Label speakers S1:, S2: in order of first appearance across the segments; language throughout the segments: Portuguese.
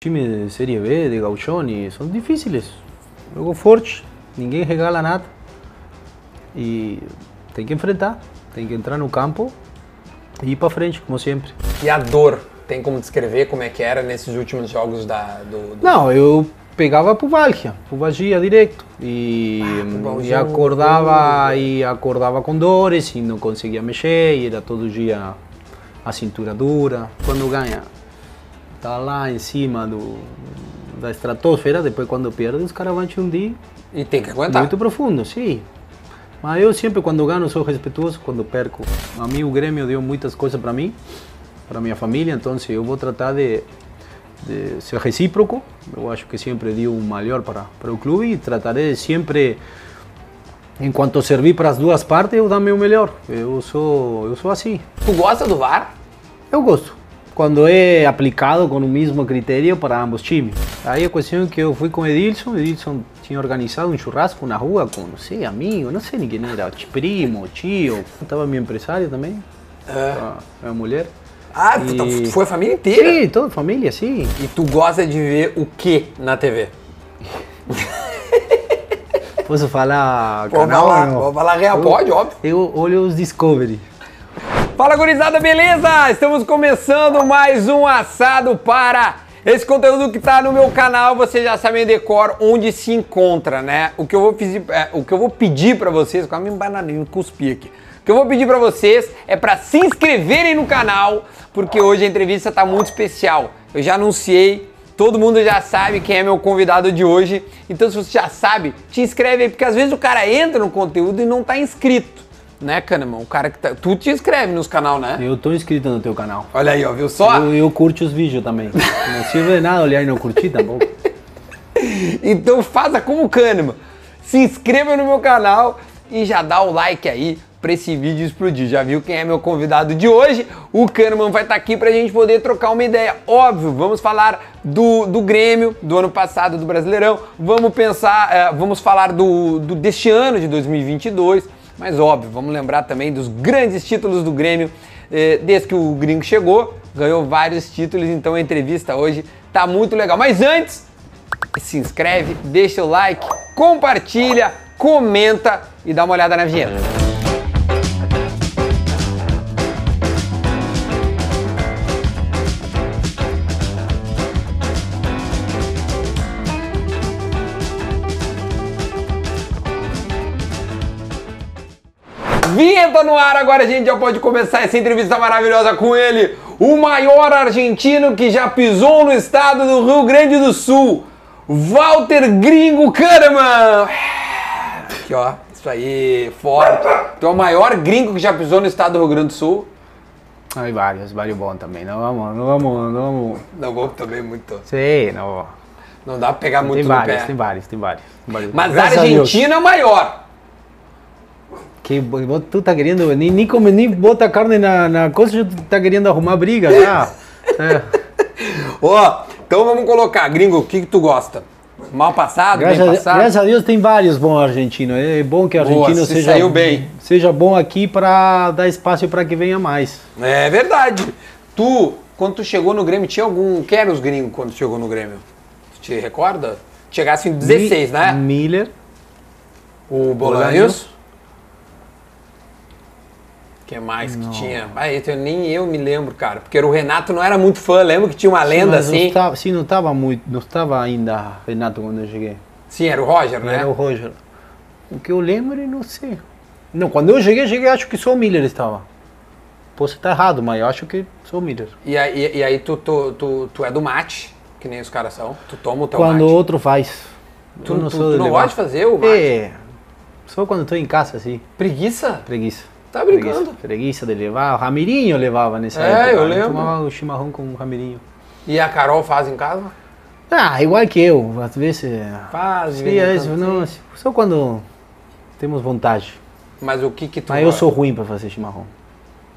S1: times de Serie B, de Gauchón, y son difíciles. Luego Forge, ninguém regala nada. E tem que enfrentar, tem que entrar no campo e ir para frente, como sempre.
S2: E a dor, tem como descrever como é que era nesses últimos jogos da, do, do-
S1: Não, eu pegava pro Valgia, pro Vagia direto e, e
S2: Valgia é um
S1: acordava e acordava com dores e não conseguia mexer e era todo dia a cintura dura. Quando ganha, tá lá em cima do da estratosfera, depois quando perde os caras vão te hundir
S2: E tem que aguentar.
S1: muito profundo, sim. Mas eu sempre quando ganho sou respeitoso, quando perco. A mim o Grêmio deu muitas coisas para mim, para minha família, então eu vou tratar de, de ser recíproco. Eu acho que sempre deu o melhor para, para o clube e tratarei de sempre, enquanto servir para as duas partes, eu dar meu melhor. Eh, Eu sou, eu sou assim.
S2: Tu gosta do VAR?
S1: Eu gosto. Quando é aplicado com o mesmo critério para ambos times. Aí a questão é que eu fui com o Edilson, o Edilson tinha organizado um churrasco na rua com, não sei, amigo, não sei nem quem era, t- primo, tio. Estava meu empresário também,
S2: É.
S1: a minha mulher.
S2: Ah,
S1: E-
S2: tu- tu foi a família inteira.
S1: Sim, toda a família, sim.
S2: E tu gosta de ver o que na TV?
S1: Posso falar
S2: Vou
S1: canal?
S2: falar,
S1: não?
S2: vou falar real,
S1: Eu-
S2: pode, óbvio.
S1: Eu olho os Discovery.
S2: Fala gurizada, beleza? Estamos começando mais um assado para esse conteúdo que tá no meu canal, você já sabe em decor onde se encontra, né? O que eu vou pedir, é, o que eu vou pedir para vocês, quase me bananei, me cuspi aqui. O que eu vou pedir para vocês é para se inscreverem no canal, porque hoje a entrevista tá muito especial. Eu já anunciei Todo mundo já sabe quem é meu convidado de hoje. Então, se você já sabe, te inscreve aí, porque às vezes o cara entra no conteúdo e não tá inscrito, né, Kahneman? O cara que tá. Tu te inscreve nos canal, né?
S1: Eu tô inscrito no teu canal.
S2: Olha aí, ó, viu só?
S1: Eu, eu curto os vídeos também. Não sirve de nada olhar e não curtir tá tampouco.
S2: Então faça como o Kahneman. Se inscreva no meu canal e já dá o like aí pra esse vídeo explodir. Já viu quem é meu convidado de hoje? O Kahneman vai estar aqui pra gente poder trocar uma ideia. Óbvio, vamos falar do, do Grêmio do ano passado, do Brasileirão. Vamos pensar, eh, vamos falar do, do deste ano de 2022. Mas óbvio, vamos lembrar também dos grandes títulos do Grêmio eh, desde que o gringo chegou. Ganhou vários títulos, então a entrevista hoje tá muito legal. Mas antes, se inscreve, deixa o like, compartilha, comenta e dá uma olhada na vinheta. Vinheta no ar, agora a gente já pode começar essa entrevista maravilhosa com ele, o maior argentino que já pisou no estado do Rio Grande do Sul, Walter Gringo Kahneman. Aqui ó, isso aí, forte. Tu é o maior gringo que já pisou no estado do Rio Grande do Sul.
S1: Hay vários, vários bons também. Não vamos, não vamos, não vamos.
S2: Não vou também muito.
S1: Sim, não.
S2: Não dá pra pegar muito
S1: Tem
S2: no
S1: vários,
S2: pé.
S1: tem vários, tem vários, tem vários.
S2: Mas a
S1: Graças Deus.
S2: Argentina é o maior.
S1: Que bo- tu tá querendo, nem, nem, come, nem bota carne na, na coisa, tu tá querendo arrumar briga já. É.
S2: Ó, então vamos colocar, gringo, o que, que tu gosta? Mal passado, bem
S1: Graças, a-
S2: passado?
S1: graças a Deus tem vários bons argentinos. É bom que o
S2: Boa,
S1: argentino
S2: se
S1: seja,
S2: saiu bem.
S1: seja bom aqui pra dar espaço pra que venha mais.
S2: É verdade. Tu, quando tu chegou no Grêmio, tinha algum. Quem eram os gringos quando tu chegou no Grêmio? Tu te recorda? Chegasse em 16,
S1: Mi- hum,
S2: né?
S1: Miller,
S2: O Bolanhos. O que mais que tinha? Ah, eu, nem eu me lembro, cara. Porque o Renato não era muito fã. Lembro que tinha uma lenda
S1: mas
S2: assim.
S1: Não tava, sim, não tava muito, não estava ainda Renato quando eu cheguei.
S2: Sim, era o Roger, né?
S1: Era o Roger. O que eu lembro, eu não sei. Não, quando eu cheguei, cheguei, acho que só o Miller estava. Posso estar errado, mas eu acho que só o Miller.
S2: E aí, e aí tu, tu, tu, tu é do mate, que nem os caras são. Tu toma o teu
S1: quando
S2: Então mate.
S1: outro faz.
S2: Tu,
S1: Eu
S2: tu,
S1: sou
S2: tu não
S1: levar.
S2: gosta de fazer o mate?
S1: É. Só quando estou em casa, assim.
S2: Preguiça?
S1: Preguiça.
S2: Tá brincando?
S1: Preguiça, preguiça de levar. O Ramirinho levava nessa
S2: É,
S1: época. né?
S2: eu lembro.
S1: tomava o chimarrão com o Ramirinho.
S2: E a Carol faz em casa?
S1: Ah, igual que eu. Às vezes. é.
S2: Faz, né? de
S1: Sim,
S2: vez em
S1: é
S2: quando.
S1: isso. Não, só quando temos vontade.
S2: Mas o que que tu
S1: Mas eu
S2: gosta?
S1: sou ruim para fazer chimarrão.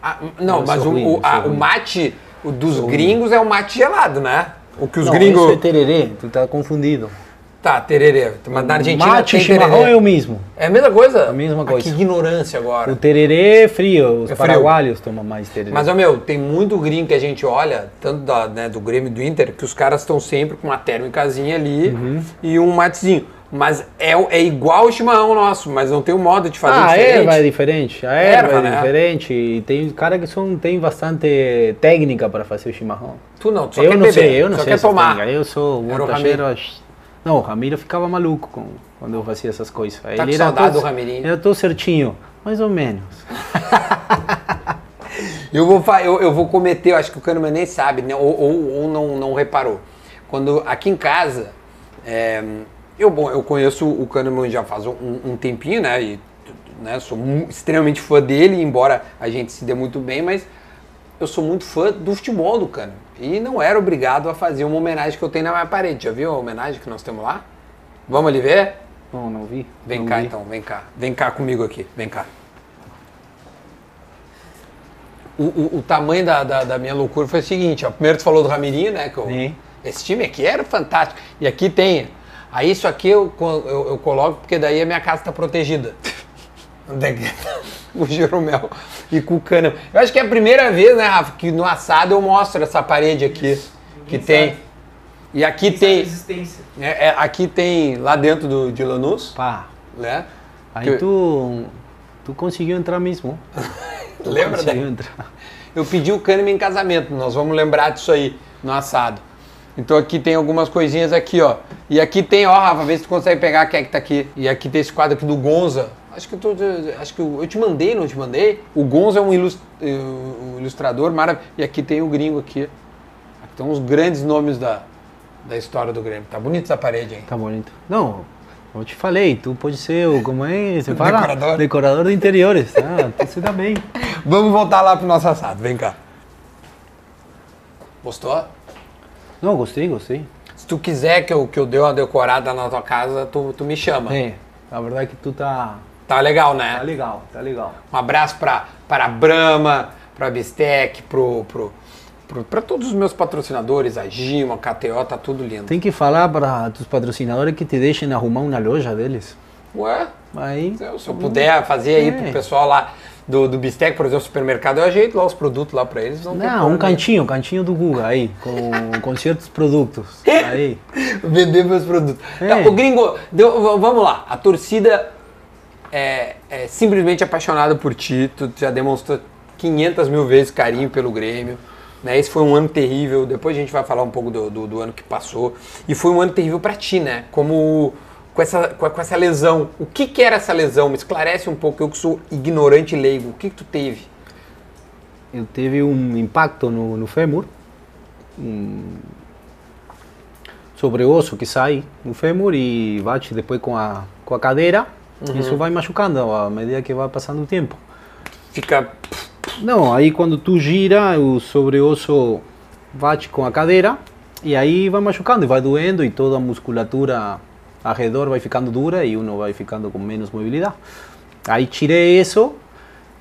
S2: Ah, não,
S1: Eu
S2: mas o,
S1: sou ruim, eu
S2: o-
S1: sou
S2: a- o
S1: ruim.
S2: mate o dos gringos é o mate gelado, né? O que os
S1: Não,
S2: gringos.
S1: Isso é tererê, tu tá confundido.
S2: Tá, tererê. Mas na Argentina
S1: Mate e
S2: tem tererê.
S1: chimarrão é o mesmo.
S2: É a mesma coisa?
S1: A mesma
S2: Ah,
S1: coisa.
S2: que ignorância agora.
S1: O tererê é frio, os
S2: É frio.
S1: paraguaios tomam mais tererê.
S2: Mas, ó, meu, tem muito gringo que a gente olha, tanto da, né, do Grêmio e do Inter, que os caras estão sempre com uma térmicazinha ali
S1: Uhum.
S2: e um matezinho. Mas é, o- é igual o chimarrão nosso, mas não tem um modo de fazer
S1: ah, a
S2: diferente.
S1: erva é diferente, a
S2: Erva,
S1: erva, é
S2: né?
S1: diferente. E tem cara que são, tem bastante técnica para fazer o chimarrão.
S2: Tu não, tu só
S1: eu
S2: quer
S1: não
S2: beber,
S1: sei, eu não
S2: só
S1: sei.
S2: quer
S1: essas
S2: tomar.
S1: técnicas. Eu sou
S2: Era o
S1: um tacheiro. Não, o Ramiro ficava maluco com, quando eu fazia essas coisas. Tá
S2: com saudade do Ramirinho?
S1: Eu tô certinho, mais ou menos.
S2: Eu vou, fa- eu, eu vou cometer, eu acho que o Kahneman nem sabe, né? ou, ou- ou não, não reparou. Quando aqui em casa, é, eu, bom, eu conheço o Kahneman já faz um, um tempinho, né? E né, sou mu- extremamente fã dele, embora a gente se dê muito bem, mas eu sou muito fã do futebol do Kahneman. E não era obrigado a fazer uma homenagem que eu tenho na minha parede. Já viu a homenagem que nós temos lá? Vamos ali ver?
S1: Não, não vi.
S2: Vem
S1: não
S2: cá
S1: vi.
S2: então, vem cá. Vem cá comigo aqui, vem cá. O, o- o tamanho da, da- da minha loucura foi o seguinte, ó. Primeiro tu falou do Ramirinho, né? Que eu-
S1: Sim.
S2: esse time aqui era fantástico. E aqui tem. Aí isso aqui eu, co- eu, eu coloco porque daí a minha casa tá protegida. Onde é que- o Jeromel e com o Kahneman. Eu acho que é a primeira vez, né, Rafa, que no assado eu mostro essa parede aqui. Que
S3: Ninguém
S2: tem.
S3: sabe.
S2: E aqui
S3: Sabe a
S2: tem.
S3: existência.
S2: é- é, aqui tem lá dentro do, de Lanús
S1: Pá,
S2: né?
S1: aí tu, tu conseguiu entrar mesmo. Tu
S2: Lembra
S1: conseguiu
S2: daí?
S1: entrar.
S2: Eu pedi o Kahneman em casamento, nós vamos lembrar disso aí no assado. Então aqui tem algumas coisinhas aqui, ó. E aqui tem, ó, Rafa, vê se tu consegue pegar quem é que tá aqui. E aqui tem esse quadro aqui do Gonza. Acho que, eu tô- acho que eu, eu te mandei, não te mandei? O Gonza é um, ilus- eh, um ilustrador maravilhoso. E aqui tem o gringo aqui. Aqui estão os grandes nomes da, da história do Grêmio. Tá bonita essa parede, hein?
S1: Tá bonito. Não, eu te falei, tu pode ser o, como é, você fala?
S2: Decorador.
S1: Decorador de interiores. Ah, tu se dá bem.
S2: Vamos voltar lá pro nosso assado, vem cá. Gostou?
S1: Não, gostei, gostei.
S2: Se tu quiser que eu, que eu dê uma decorada na tua casa, tu, tu me chama.
S1: É, a verdade é que tu tá,
S2: Tá legal,
S1: tá
S2: né?
S1: legal, tá legal.
S2: Um abraço pra, pra Brahma, pra Bistec, pro, pro, pro, pra todos os meus patrocinadores, a Gima, a KTO, tá tudo lindo.
S1: Tem que falar para tus patrocinadores que te deixem arrumar uma loja deles.
S2: Ué,
S1: Aí,
S2: se eu, se eu puder fazer aí pro
S1: É.
S2: pessoal lá do, do Bistec, por exemplo, supermercado, eu ajeito lá os produtos lá pra eles. Não, tem
S1: não, um
S2: problema.
S1: cantinho, um cantinho do Guga aí, com, com certos produtos. Aí,
S2: Vender meus produtos.
S1: É.
S2: Tá, o gringo, deu- v- vamos lá. A torcida é, é simplesmente apaixonada por ti. Tu já demonstrou 500 mil vezes carinho pelo Grêmio. Né? Esse foi um ano terrível. Depois a gente vai falar um pouco do, do, do ano que passou. E foi um ano terrível pra ti, né? Como com essa, com, a- com essa lesão. O que, que era essa lesão? Me esclarece um pouco. Eu que sou ignorante e leigo. O que, que tu teve?
S1: eu teve um impacto no, no fêmur, um sobre osso que sai no fêmur e bate depois com a, com a cadeira. Isso vai machucando à medida que vai passando o tempo.
S2: Fica.
S1: Não, aí quando tu gira, o sobreosso bate com a cadeira e aí vai machucando e vai doendo e toda a musculatura ao redor vai ficando dura e uno vai ficando com menos mobilidade. Aí tirei isso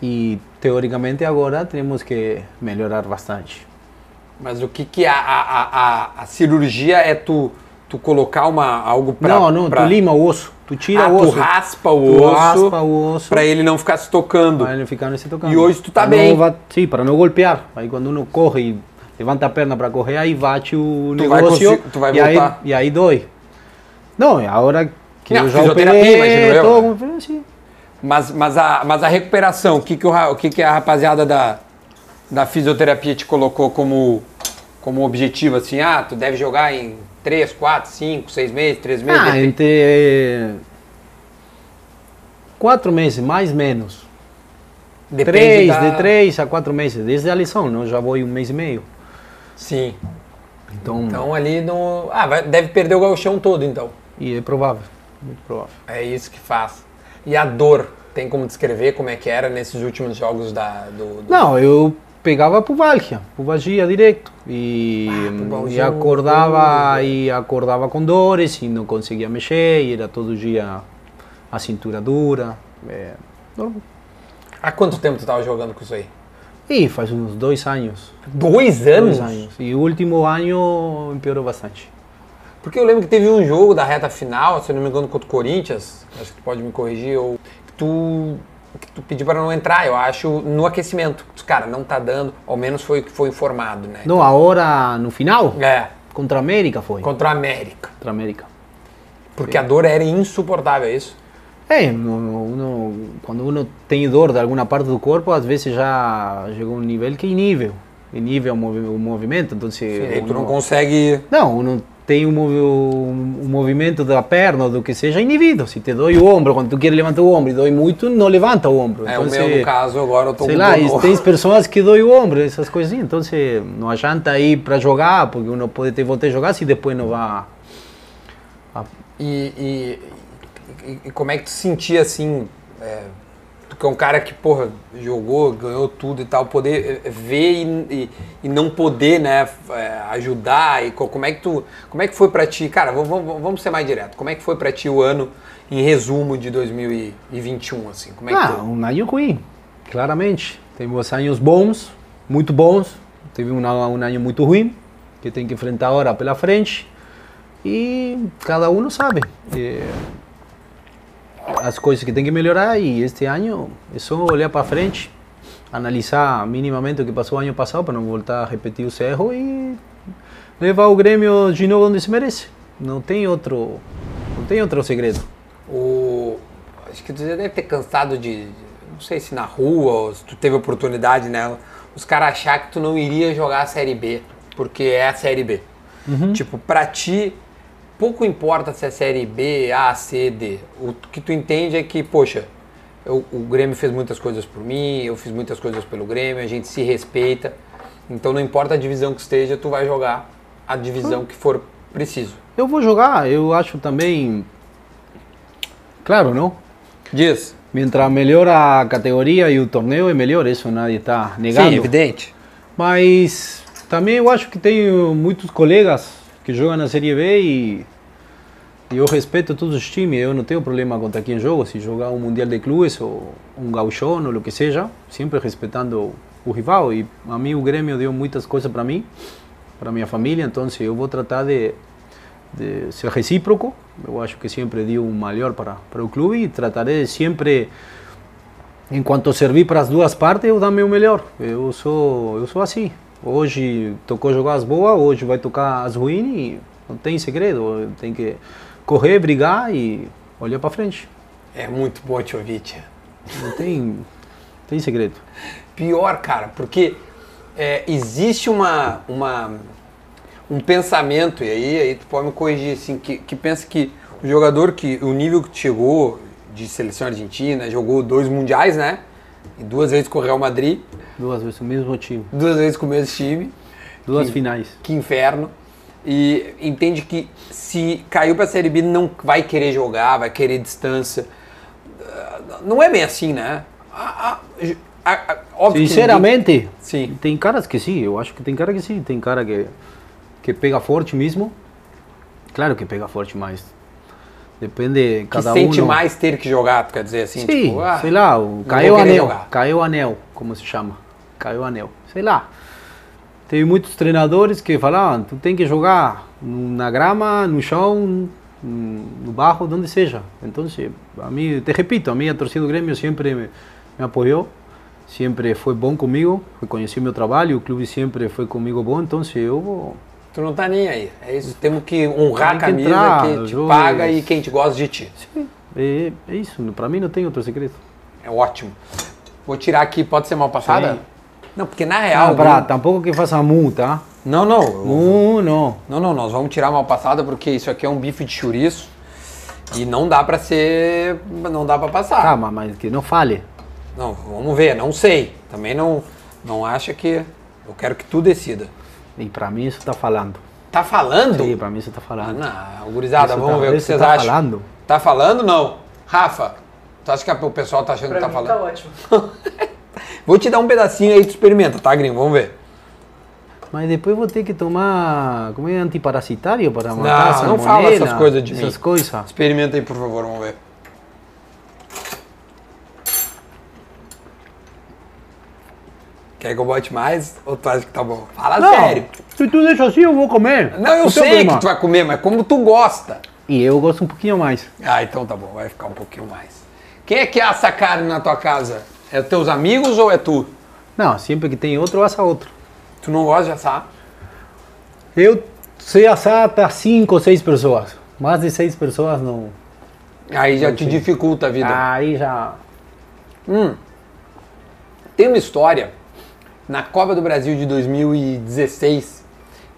S1: e teoricamente agora temos que melhorar bastante.
S2: Mas o que, que a, a, a, a- a cirurgia é tu, tu colocar uma, algo pra.
S1: não, não,
S2: pra...
S1: tu lima o osso, tu tira
S2: ah,
S1: o osso.
S2: tu raspa o
S1: Tu
S2: osso,
S1: raspa o osso.
S2: pra ele não ficar se tocando.
S1: Para ele ficar nesse tocando.
S2: E hoje tu tá
S1: Pra não
S2: bem.
S1: va- sim, para não golpear. Aí quando uno corre e levanta a perna para correr, aí bate o
S2: Tu vai
S1: negócio.
S2: consi- tu vai
S1: e, aí,
S2: voltar.
S1: e aí dói. Não, e agora que
S2: Não,
S1: eu já
S2: fisioterapia, imagino
S1: operei,
S2: eu, né?
S1: todo, mundo- sim.
S2: Mas, mas, a, mas a recuperação, o que, que, o, ra- o que, que a rapaziada da, da fisioterapia te colocou como, como objetivo? Assim, ah, tu deve jogar em 3, 4, 5, 6 meses, 3 meses.
S1: Ah,
S2: depende.
S1: entre eh, quatro meses, mais menos.
S2: Depende
S1: três,
S2: da-
S1: de três a quatro meses. Desde a lição, não? Já vou em um mês e meio.
S2: Sim.
S1: Então,
S2: Então ali não. Ah, vai- deve perder o gauchão todo então.
S1: e é provável, muito provável.
S2: É isso que faz. E a dor? Tem como descrever como é que era nesses últimos jogos da, do, do-
S1: Não, eu pegava pubalgia, pubalgia direto e,
S2: pubalgia
S1: e acordava e acordava com dores e não conseguia mexer e era todo dia a cintura dura. é, não.
S2: Há quanto tempo tu tava jogando com isso aí?
S1: e faz uns dois anos,
S2: Dois
S1: dois
S2: anos?
S1: anos. E o último ano empiorou bastante.
S2: Porque eu lembro que teve um jogo da reta final, se eu não me engano, contra o Corinthians, acho que tu pode me corrigir, ou que tu, que tu pediu para não entrar, eu acho, no aquecimento. Cara, não tá dando, ao menos foi o que foi informado, né?
S1: No, ahora no final,
S2: É,
S1: contra a América foi.
S2: contra a América.
S1: Contra a América.
S2: Porque a dor era insuportável, é isso?
S1: É, no- no- uno- quando uno tem dor de alguma parte do corpo, às vezes já chegou a um nível que é inível. Inível o movi- o movimento, então se...
S2: E aí tu não
S1: uno-
S2: consegue.
S1: Não, não tem um, movi- um- um movimento da perna ou do que seja inibido. Se te dói o ombro, quando tu quer levantar o ombro e dói muito, não levanta o ombro.
S2: É o meu,
S1: se-
S2: no caso, um agora eu tô
S1: Sei
S2: com
S1: lá,
S2: dor
S1: e
S2: no-
S1: tem pessoas que dói o ombro, essas coisinhas. Então se não adianta ir para jogar, porque uno pode ter vontade de jogar se depois não vai.
S2: E, e- e- e como é que tu sentia assim? é, tu que é um cara que, porra, jogou, ganhou tudo e tal, poder é, ver e, e- e não poder, né, f- é, ajudar e co- como é que tu, como é que foi pra ti, cara, vamos, vamos- vamos ser mais direto, como é que foi pra ti o ano em resumo de 2021, assim, como é que
S1: Ah,
S2: tu-
S1: um ano ruim, claramente. Temos anos bons, muito bons. Teve um, ano- um ano muito ruim, que tem que enfrentar agora pela frente. E cada um sabe eh, as coisas que tem que melhorar. E este ano é só olhar para frente, analisar minimamente o que passou o ano passado para não voltar a repetir os erros e levar o Grêmio de novo onde se merece. Não tem outro, não tem outro segredo.
S2: o, acho que tu já deve ter cansado de, de- não sei se na rua, ou se tu teve oportunidade, né, os caras achar que tu não iria jogar a Série B, porque é a Série B. Tipo, pra ti, pouco importa se é Série B, A, C, D. O que tu entende é que, poxa, eu- o Grêmio fez muitas coisas por mim, eu fiz muitas coisas pelo Grêmio, a gente se respeita. Então não importa a divisão que esteja, tu vai jogar a divisão que for preciso.
S1: Eu vou jogar, eu acho também. Claro, não?
S2: Diz.
S1: Mientras melhor a categoria e o torneio é melhor, isso nadie está negando.
S2: evidente.
S1: Mas também eu acho que tenho muitos colegas que jogam na Série B e, e eu respeito todos os times. Eu não tenho problema contra quem jogo, se jogar um Mundial de Clubes ou um gauchão ou o que seja, sempre respeitando o rival. E a mim o Grêmio deu muitas coisas para mim, para minha família, então eu vou tratar de, de ser recíproco. Eu acho que sempre deu o melhor para, para o clube e tratarei de sempre Enquanto servi para as duas partes, eu dou meu melhor. Eu sou, eu sou assim. Hoje tocou jogar as boas, hoje vai tocar as ruins e não tem segredo. Tem que correr, brigar e olhar para frente.
S2: É muito bom te ouvir, tia.
S1: Não tem, não tem segredo.
S2: Pior, cara, porque é, existe uma, uma- um pensamento, e aí, aí tu pode me corrigir, assim, que, que pensa que o jogador que o nível que chegou de seleção argentina, jogou dois mundiais, né? E duas vezes com o Real Madrid,
S1: Duas vezes o mesmo time,
S2: duas vezes com o mesmo time,
S1: duas
S2: Que-
S1: finais.
S2: que inferno. E entende que se caiu pra Série B não vai querer jogar, vai querer distância. Ah, Não é bem assim, né? Ah, ah, ah, ah, óbvio que ninguém-
S1: Sinceramente,
S2: Sim.
S1: tem caras que sim, eu acho que tem cara que sim, tem cara que, que pega forte mesmo. Claro que pega forte, mas depende
S2: que
S1: cada
S2: sente
S1: um.
S2: mais ter que jogar, tu quer dizer assim?
S1: Sim,
S2: tipo, ah,
S1: sei lá, o,
S2: não
S1: caiu o
S2: vou querer
S1: anel,
S2: jogar.
S1: caiu o anel, como se chama, caiu o anel, sei lá. Teve muitos treinadores que falavam, tu tem que jogar no- na grama, no chão, no no barro, onde seja. Então, se- a mim, te repito, a minha torcida do Grêmio sempre me, me apoiou, sempre foi bom comigo, reconheci meu trabalho, o clube sempre foi comigo bom, então se eu vou...
S2: Tu não tá nem aí. É isso. Temos que honrar a
S1: Tem que
S2: camisa
S1: entrar, é
S2: que te
S1: Júlio.
S2: paga e quem te gosta de ti.
S1: Sim, é, é isso, para mim não tem outro segredo.
S2: É ótimo. Vou tirar aqui, pode ser mal passada?
S1: Sim.
S2: Não, porque na real.
S1: Ah, pra, tampouco que faça multa,
S2: Não, não.
S1: não,
S2: eu-
S1: não.
S2: Não, não, nós vamos tirar mal passada porque isso aqui é um bife de chouriço e não dá pra ser. Não dá pra passar.
S1: Ah, mas- mas que não fale.
S2: Não, vamos ver, não sei. Também não, não acha que. Eu quero que tu decida.
S1: E pra mim isso tá falando.
S2: Tá falando?
S1: Sim, pra mim isso tá falando.
S2: Ah, não, gurizada,
S1: Isso
S2: vamos
S1: tá-
S2: ver o que
S1: isso
S2: vocês
S1: tá
S2: acham.
S1: falando?
S2: Tá falando não? Rafa, tu acha que a- o pessoal tá achando
S3: Pra
S2: que tá
S3: mim
S2: falando?
S3: tá ótimo.
S2: Vou te dar um pedacinho aí, tu experimenta, tá, gringo? Vamos ver.
S1: Mas depois vou ter que tomar. Como é antiparasitário para matar salmonela,
S2: não fala essas coisas de
S1: Essas
S2: mim.
S1: coisas.
S2: Experimenta aí, por favor, vamos ver. Quer que eu bote mais ou tu acha que tá bom? Fala
S1: Não,
S2: sério.
S1: se tu deixa assim, eu vou comer.
S2: Não, eu
S1: tem
S2: sei
S1: problema.
S2: que tu vai comer, mas como tu gosta.
S1: E eu gosto um pouquinho mais.
S2: Ah, então tá bom, vai ficar um pouquinho mais. Quem é que assa carne na tua casa? É teus amigos ou é tu?
S1: Não, sempre que tem outro, assa outro.
S2: Tu não gosta de assar?
S1: Eu sei assar até cinco ou seis pessoas. Mais de seis pessoas não.
S2: Aí já te dificulta a vida.
S1: Aí já.
S2: Tem uma história na Copa do Brasil de 2016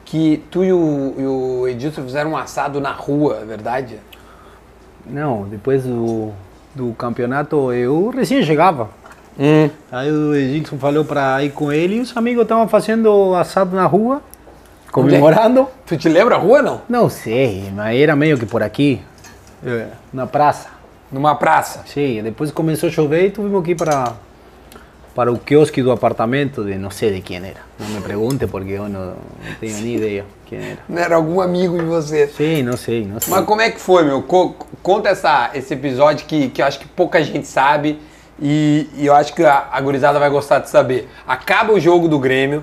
S2: que tu e o, e o Edilson fizeram um assado na rua, é verdade?
S1: Não, depois do, do campeonato eu recém chegava. Aí o Edilson falou pra ir com ele e os amigos estavam fazendo assado na rua, comemorando.
S2: Tu te lembra a rua não?
S1: Não sei, mas era meio que por aqui, é, na praça.
S2: Numa praça.
S1: Sim, depois começou a chover e tuvimos que ir para, para o quiosque do apartamento de não sei de quem era. Não me pergunte porque eu não, não tenho nem ideia quem era.
S2: Não era algum amigo de você.
S1: Sim, não sei, não sei.
S2: Mas como é que foi, meu? Co- conta essa, esse episódio que, que eu acho que pouca gente sabe e, e eu acho que a, a gurizada vai gostar de saber. Acaba o jogo do Grêmio,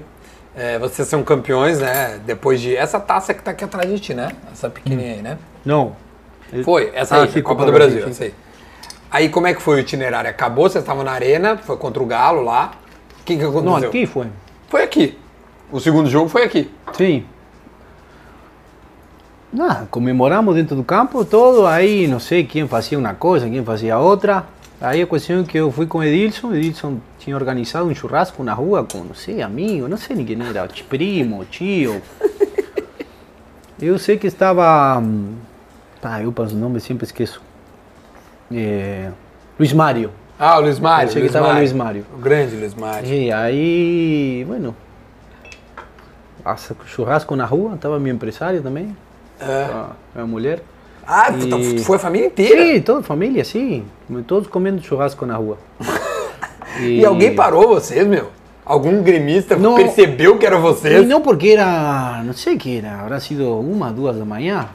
S2: é, vocês são campeões, né? Depois de. Essa taça que tá aqui atrás de ti, né? Essa pequenininha aí, né?
S1: Não.
S2: Foi, essa
S1: Ah,
S2: aí,
S1: sim,
S2: Copa do Brasil, essa aí. Aí como é que foi o itinerário? Acabou, vocês estavam na arena, foi contra o Galo lá. O que, que aconteceu?
S1: Não, aqui foi.
S2: Foi aqui. O segundo jogo foi aqui.
S1: Sim. Nada, comemoramos dentro do campo todo, aí não sei quem fazia uma coisa, quem fazia outra. Aí a questão é que eu fui com o Edilson, o Edilson tinha organizado um churrasco na rua com, não sei, amigo, não sei nem quem era, t- primo, tio. Eu sei que estava... hum, Ah, eu passo o nome, sempre esqueço. É, Luiz Mário.
S2: Ah, o Luiz Mário.
S1: Eu sei que tava Luiz Mário.
S2: O grande Luiz Mário.
S1: E aí, bueno, assa- churrasco na rua, estava meu empresário também,
S2: É.
S1: a minha mulher.
S2: Ah, tu- tu-
S1: E-
S2: foi a família inteira.
S1: Sim, toda a família, sim. Todos comendo churrasco na rua.
S2: E alguém parou vocês, meu? Algum gremista
S1: Não.
S2: percebeu que era vocês?
S1: E não porque era, não sei que era, habrá sido uma, duas da manhã.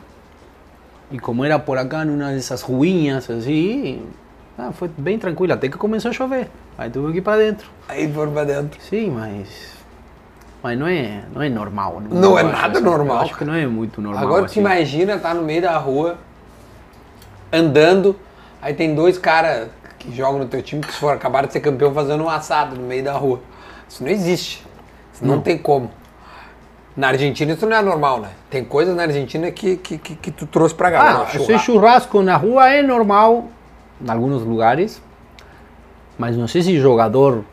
S1: E como era por acá, numa dessas ruinhas, assim, ah, foi bem tranquilo, até que começou a chover. Aí tive que ir para dentro.
S2: Aí foram pra dentro.
S1: Sim, mas. Mas não é, não é normal.
S2: Não
S1: Eu
S2: é
S1: acho
S2: nada
S1: assim.
S2: normal,
S1: Eu acho que não é muito normal.
S2: Agora tu
S1: assim.
S2: imagina tá no meio da rua, andando, aí tem dois caras que jogam no teu time que foram, acabaram de ser campeão fazendo um assado no meio da rua. Isso não existe. Isso não, tem como. Na Argentina isso não é normal, né? Tem coisas na Argentina que, que, que, que tu trouxe pra galera.
S1: Ah, esse churrasco na rua é normal em alguns lugares, mas não sei se jogador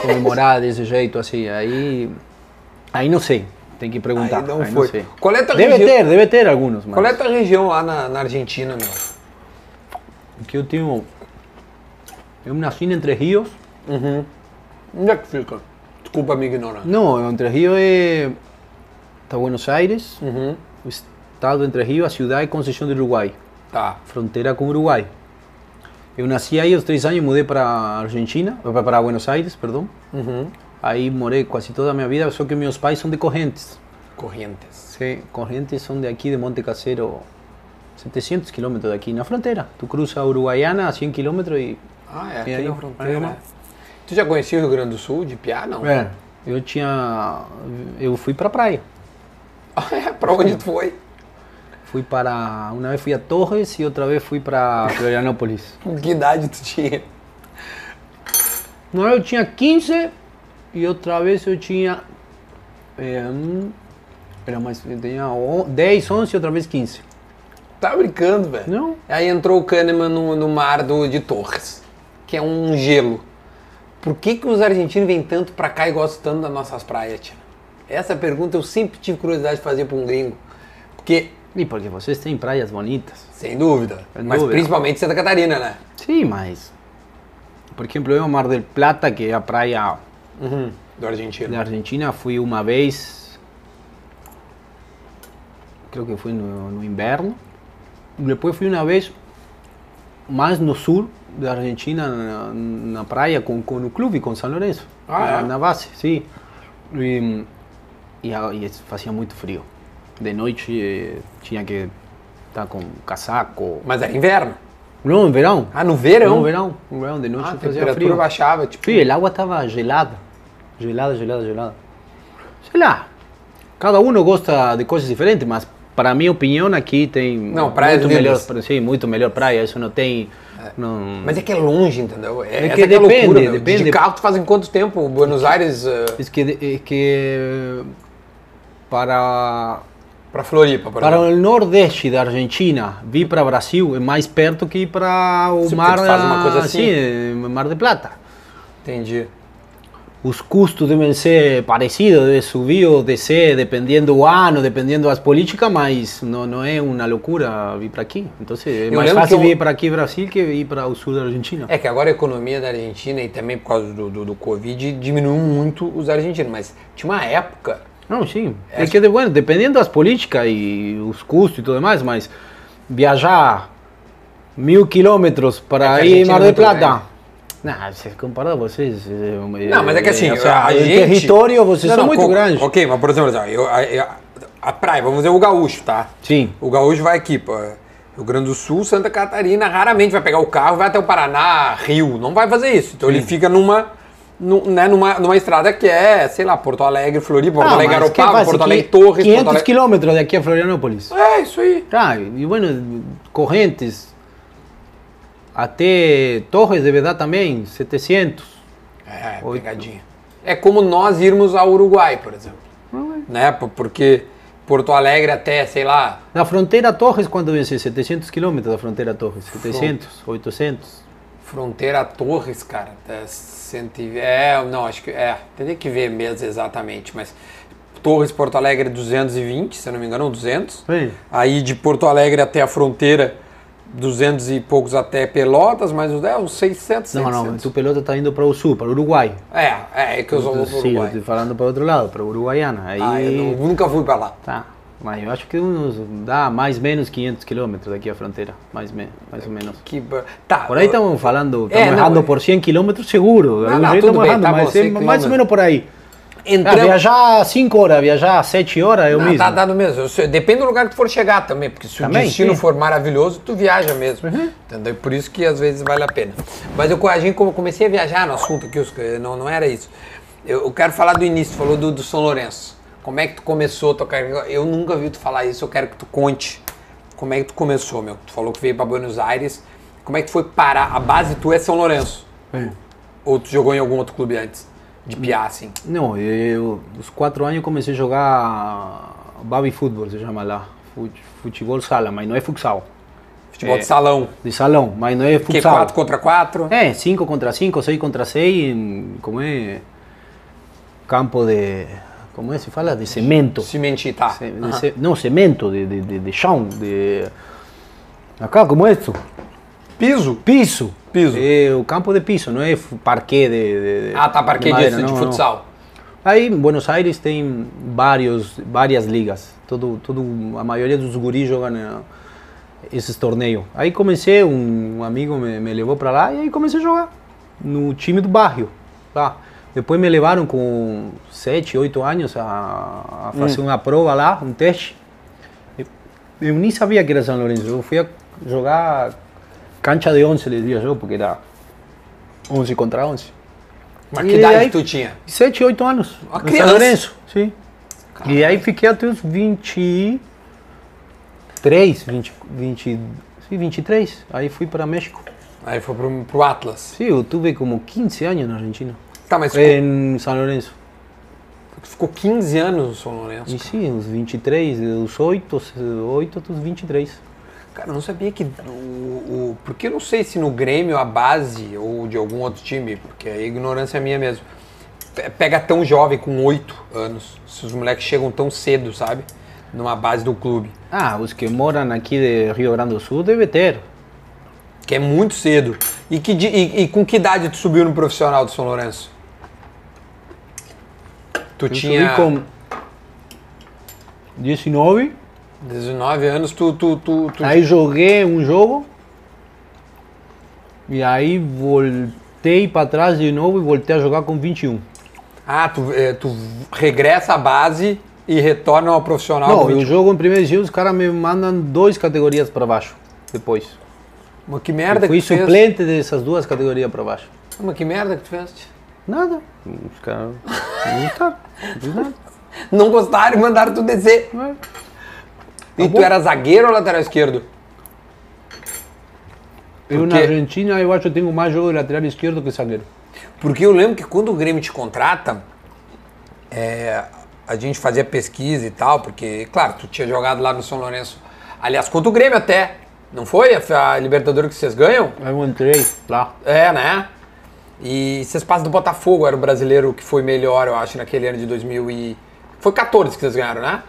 S1: comemorar desse jeito assim, aí aí não sei, tem que perguntar.
S2: Aí não foi.
S1: sei.
S2: Qual é a tua
S1: deve
S2: região?
S1: ter, deve ter alguns, mas
S2: Qual é a tua região lá na, na Argentina, meu?
S1: que eu tenho eu nasci em Entre Rios.
S2: Onde é que fica? Desculpa a minha ignorância.
S1: Não, Entre Rios é tá Buenos Aires, o estado de Entre Rios, a cidade é Conceição do Uruguai.
S2: Tá.
S1: frontera con Uruguay. Eu nasci aí aos três anos, mudei para Argentina, para- para Buenos Aires, perdão. Aí morei quase toda a minha vida, só que meus pais são de Correntes.
S2: Correntes.
S1: Sim. Correntes são de aqui, de Monte Caseiro, 700 quilômetros daqui, na fronteira. Tu cruza a Uruguaiana a 100 quilômetros e...
S2: Ah, é
S1: E
S2: aqui
S1: aí,
S2: na fronteira.
S1: aí,
S2: né?
S1: irmão?
S2: Tu já conhecia o Rio Grande do Sul, de Piá, não?
S1: É. Eu tinha... Eu fui para praia.
S2: Ah, é? pra onde tu foi?
S1: Fui para... Uma vez fui a Torres e outra vez fui para Florianópolis.
S2: Com que idade tu tinha?
S1: Uma vez eu tinha 15 e outra vez eu tinha. eh, hum, era mais. Eu tinha on- 10, 11 e outra vez 15.
S2: Tá brincando, velho.
S1: Não?
S2: Aí entrou o Kahneman no, no mar do, de Torres, que é um gelo. Por que, que os argentinos vêm tanto pra cá e gostam tanto das nossas praias, tia? Essa pergunta eu sempre tive curiosidade de fazer pra um gringo. Porque,
S1: E porque vocês têm praias bonitas.
S2: sem dúvida,
S1: Sem
S2: mas
S1: dúvida.
S2: principalmente Santa Catarina, né?
S1: Sim, mas. Por exemplo, eu, Mar del Plata, que é a praia Uhum.
S2: Do argentino.
S1: da Argentina, fui uma vez. Creo que foi no, no inverno. Depois fui uma vez mais no sul da Argentina, na, na praia, com, com o clube, com São Lourenço.
S2: Ah,
S1: na,
S2: é?
S1: na base, sim. E, e, a- e fazia muito frio. De noite eh, tinha que estar com casaco.
S2: Mas era inverno.
S1: Não, em verão.
S2: Ah, no verão?
S1: No verão. No verão, de noite
S2: Ah, a
S1: fazia
S2: temperatura
S1: frio.
S2: baixava, tipo...
S1: Sí, el agua estaba gelada. Gelada, gelada, gelada. Sei lá. Cada um gosta de coisas diferentes, mas para a minha opinião aqui tem
S2: Não, praias
S1: muito melhor,
S2: lindas.
S1: sim, muito melhor praia. Isso não tem. Não,
S2: Mas é que é longe, entendeu? É,
S1: É que
S2: essa é a
S1: depende,
S2: loucura, meu. De
S1: depende.
S2: carro tu faz em quanto tempo? Buenos Aires eh,
S1: es que, es que para
S2: pra Floripa, por
S1: para
S2: exemplo.
S1: o nordeste da Argentina, vir para Brasil é mais perto que para o
S2: Sim, porque
S1: mar
S2: tu faz uma coisa assim.
S1: sim, é, Mar de Plata.
S2: Entendi.
S1: Os custos devem ser parecidos, deve subir ou descer, dependendo do ano, dependendo das políticas, mas não, não é uma loucura vir para aqui. Então é
S2: Eu
S1: mais
S2: lembro
S1: fácil
S2: que eu-
S1: vir para aqui Brasil que ir para o sul da Argentina.
S2: É que agora a economia da Argentina e também por causa do, do, do Covid diminuiu muito os argentinos, mas tinha uma época.
S1: Não, sim. É que, de- bueno, dependendo das políticas e os custos e tudo mais, mas viajar mil quilômetros
S2: É
S1: para
S2: que a
S1: ir em
S2: Argentina
S1: Mar
S2: é
S1: del
S2: muito
S1: Plata. Não, se comparar vocês.
S2: Não, mas é que assim, a, a
S1: eh, o
S2: gente...
S1: território vocês
S2: Não,
S1: são
S2: não,
S1: muito
S2: co-
S1: grandes.
S2: Ok, mas por exemplo, assim, eu, a, eu- a praia, vamos dizer o gaúcho, tá?
S1: Sim.
S2: O gaúcho vai aqui, pô. Rio Grande do Sul, Santa Catarina, raramente vai pegar o carro, vai até o Paraná, Rio, não vai fazer isso. Então ele fica numa, nu- né, numa, numa estrada que é, sei lá, Porto Alegre, Floripa, Porto
S1: Ah,
S2: Alegre,
S1: mas que
S2: Garopaba,
S1: faz?
S2: Porto Alegre,
S1: Que-
S2: Torres, Porto
S1: 500
S2: Alegre...
S1: quilômetros daqui a Florianópolis.
S2: É, isso aí.
S1: Ah, e bueno, Correntes, até Torres de Vedá também, 700.
S2: É,
S1: Oito.
S2: pegadinha. É como nós irmos ao Uruguai, por exemplo. Né? po- Porque Porto Alegre até, sei lá,
S1: Na fronteira Torres, quando vence? 700 quilômetros da fronteira Torres. 700, 800.
S2: fronteira Torres, cara, até cento e- é, não, acho que é, teria que ver mesmo exatamente, mas Torres, Porto Alegre 220, se eu não me engano, 200.
S1: Sim.
S2: Aí de Porto Alegre até a fronteira, 200 e poucos até Pelotas, mais uns, é, uns 600,
S1: Não, não,
S2: 700.
S1: tu pelota está indo para o sul, para o Uruguai.
S2: É, é, é que eu só vou pro
S1: Sim, eu
S2: Uruguai.
S1: estou falando para o outro lado, para o Uruguaiana. Aí
S2: Ah, eu não- nunca fui pra lá.
S1: tá. Mas eu acho que uns, dá mais ou menos 500 quilômetros daqui à fronteira, mais, me, mais ou menos.
S2: Que, ba- tá,
S1: Por aí então. estamos falando,
S2: É,
S1: estamos
S2: não,
S1: errando
S2: é-
S1: por 100 quilômetros seguro.
S2: Não, não,
S1: aí
S2: tudo
S1: estamos
S2: bem,
S1: errando,
S2: tá bom,
S1: mas
S2: 100
S1: é mais ou
S2: quilômetros.
S1: menos por aí. Ah,
S2: entramos,
S1: viajar 5 horas, viajar 7 horas é o
S2: Não,
S1: mesmo.
S2: tá dando mesmo. Eu sei- Depende do lugar que tu for chegar também, porque se o
S1: Também,
S2: destino
S1: sim. Uhum.
S2: for maravilhoso, tu viaja mesmo. Entendeu? Por isso que às vezes vale a pena. Mas eu, a gente, como eu comecei a viajar no assunto aqui, os- eh, não, não era isso. Eu, eu quero falar do início, tu falou do, do São Lourenço. Como é que tu começou a tocar? Eu nunca vi tu falar isso, eu quero que tu conte. Como é que tu começou, meu? Tu falou que veio pra Buenos Aires. Como é que tu foi parar? A base tu é São Lourenço.
S1: Eh,
S2: Ou tu jogou em algum outro clube antes? De piar, assim.
S1: Não, eu, aos quatro anos comecei a jogar baby futebol, se chama lá. Fut- Futebol sala, mas não é futsal.
S2: Futebol de salão.
S1: De salão, mas não é
S2: Que é
S1: futsal.
S2: 4 contra 4.
S1: É, 5 contra 5, 6 contra 6, como é? Campo de. Como é? Se fala? De cimento.
S2: Se mentir, tá.
S1: Ce- de ce- não, cimento, de, de, de, de chão, de. Acá, como é isso?
S2: Piso?
S1: Piso.
S2: Piso.
S1: É, o campo de piso, não é fu- parquê de, de- de-
S2: Ah, tá, parquet de,
S1: madeira,
S2: de
S1: não, não.
S2: futsal.
S1: Aí em Buenos Aires tem vários, várias ligas. Todo, todo, a maioria dos guris jogam eh, esses torneios. Aí comecei, um amigo me, me levou para lá e aí comecei a jogar no time do bairro. Lá. Depois me levaram com 7, 8 anos a, a fazer uma prova lá, um teste. Eu, eu nem sabia que era São Lourenço. Eu fui a jogar cancha de 11, eles diziam, porque era 11 contra 11.
S2: Mas que
S1: E
S2: idade
S1: aí-
S2: tu tinha?
S1: 7, 8 anos.
S2: Uma
S1: no
S2: criança.
S1: São Lourenço, sim. E aí fiquei até os 23, 20, 20, sim, 23. Aí fui para México.
S2: Aí foi pro, pro Atlas.
S1: Sim, eu tive como 15 anos na Argentina.
S2: Tá, mas ficou,
S1: Em São Lourenço.
S2: tu ficou 15 anos no São Lourenço.
S1: E sim, os 23, os 8, os 8 dos 23.
S2: Cara, eu não sabia que. O, o- porque eu não sei se no Grêmio a base ou de algum outro time, porque a ignorância é minha mesmo. pe- Pega tão jovem, com 8 anos. Se os moleques chegam tão cedo, sabe? Numa base do clube.
S1: Ah, os que moram aqui de Rio Grande do Sul deve ter.
S2: Que é muito cedo. E, que, di- e, e com que idade tu subiu no profissional do São Lourenço? Tu
S1: Eu
S2: tinha
S1: subi com 19.
S2: 19 anos, tu. tu, tu, tu-
S1: Aí joguei um jogo e aí voltei para trás de novo e voltei a jogar com 21.
S2: Ah, tu, eh, tu regressa à base e retorna ao profissional.
S1: Não,
S2: com
S1: eu
S2: vinte-
S1: jogo em primeiro dia, os caras me mandam duas categorias para baixo depois.
S2: Mas que
S1: Eu
S2: merda que
S1: fui
S2: tu fez.
S1: suplente dessas duas categorias para baixo.
S2: Mas que merda que tu fez.
S1: Nada. Os caras não gostaram. Não fiz nada.
S2: Não gostaram e mandaram tu descer.
S1: Não é.
S2: E tu era zagueiro ou lateral esquerdo?
S1: Eu
S2: Porque-
S1: na Argentina eu acho que tenho mais jogo de lateral esquerdo que zagueiro.
S2: Porque eu lembro que quando o Grêmio te contrata, é, a gente fazia pesquisa e tal, porque, claro, tu tinha jogado lá no São Lourenço. Aliás, contra o Grêmio até. Não foi a, a Libertadores que vocês ganham?
S1: Aí eu entrei lá.
S2: É, né? E vocês passam do Botafogo, era o brasileiro que foi melhor, eu acho, naquele ano de 2000 e... Foi 14 que vocês ganharam, né?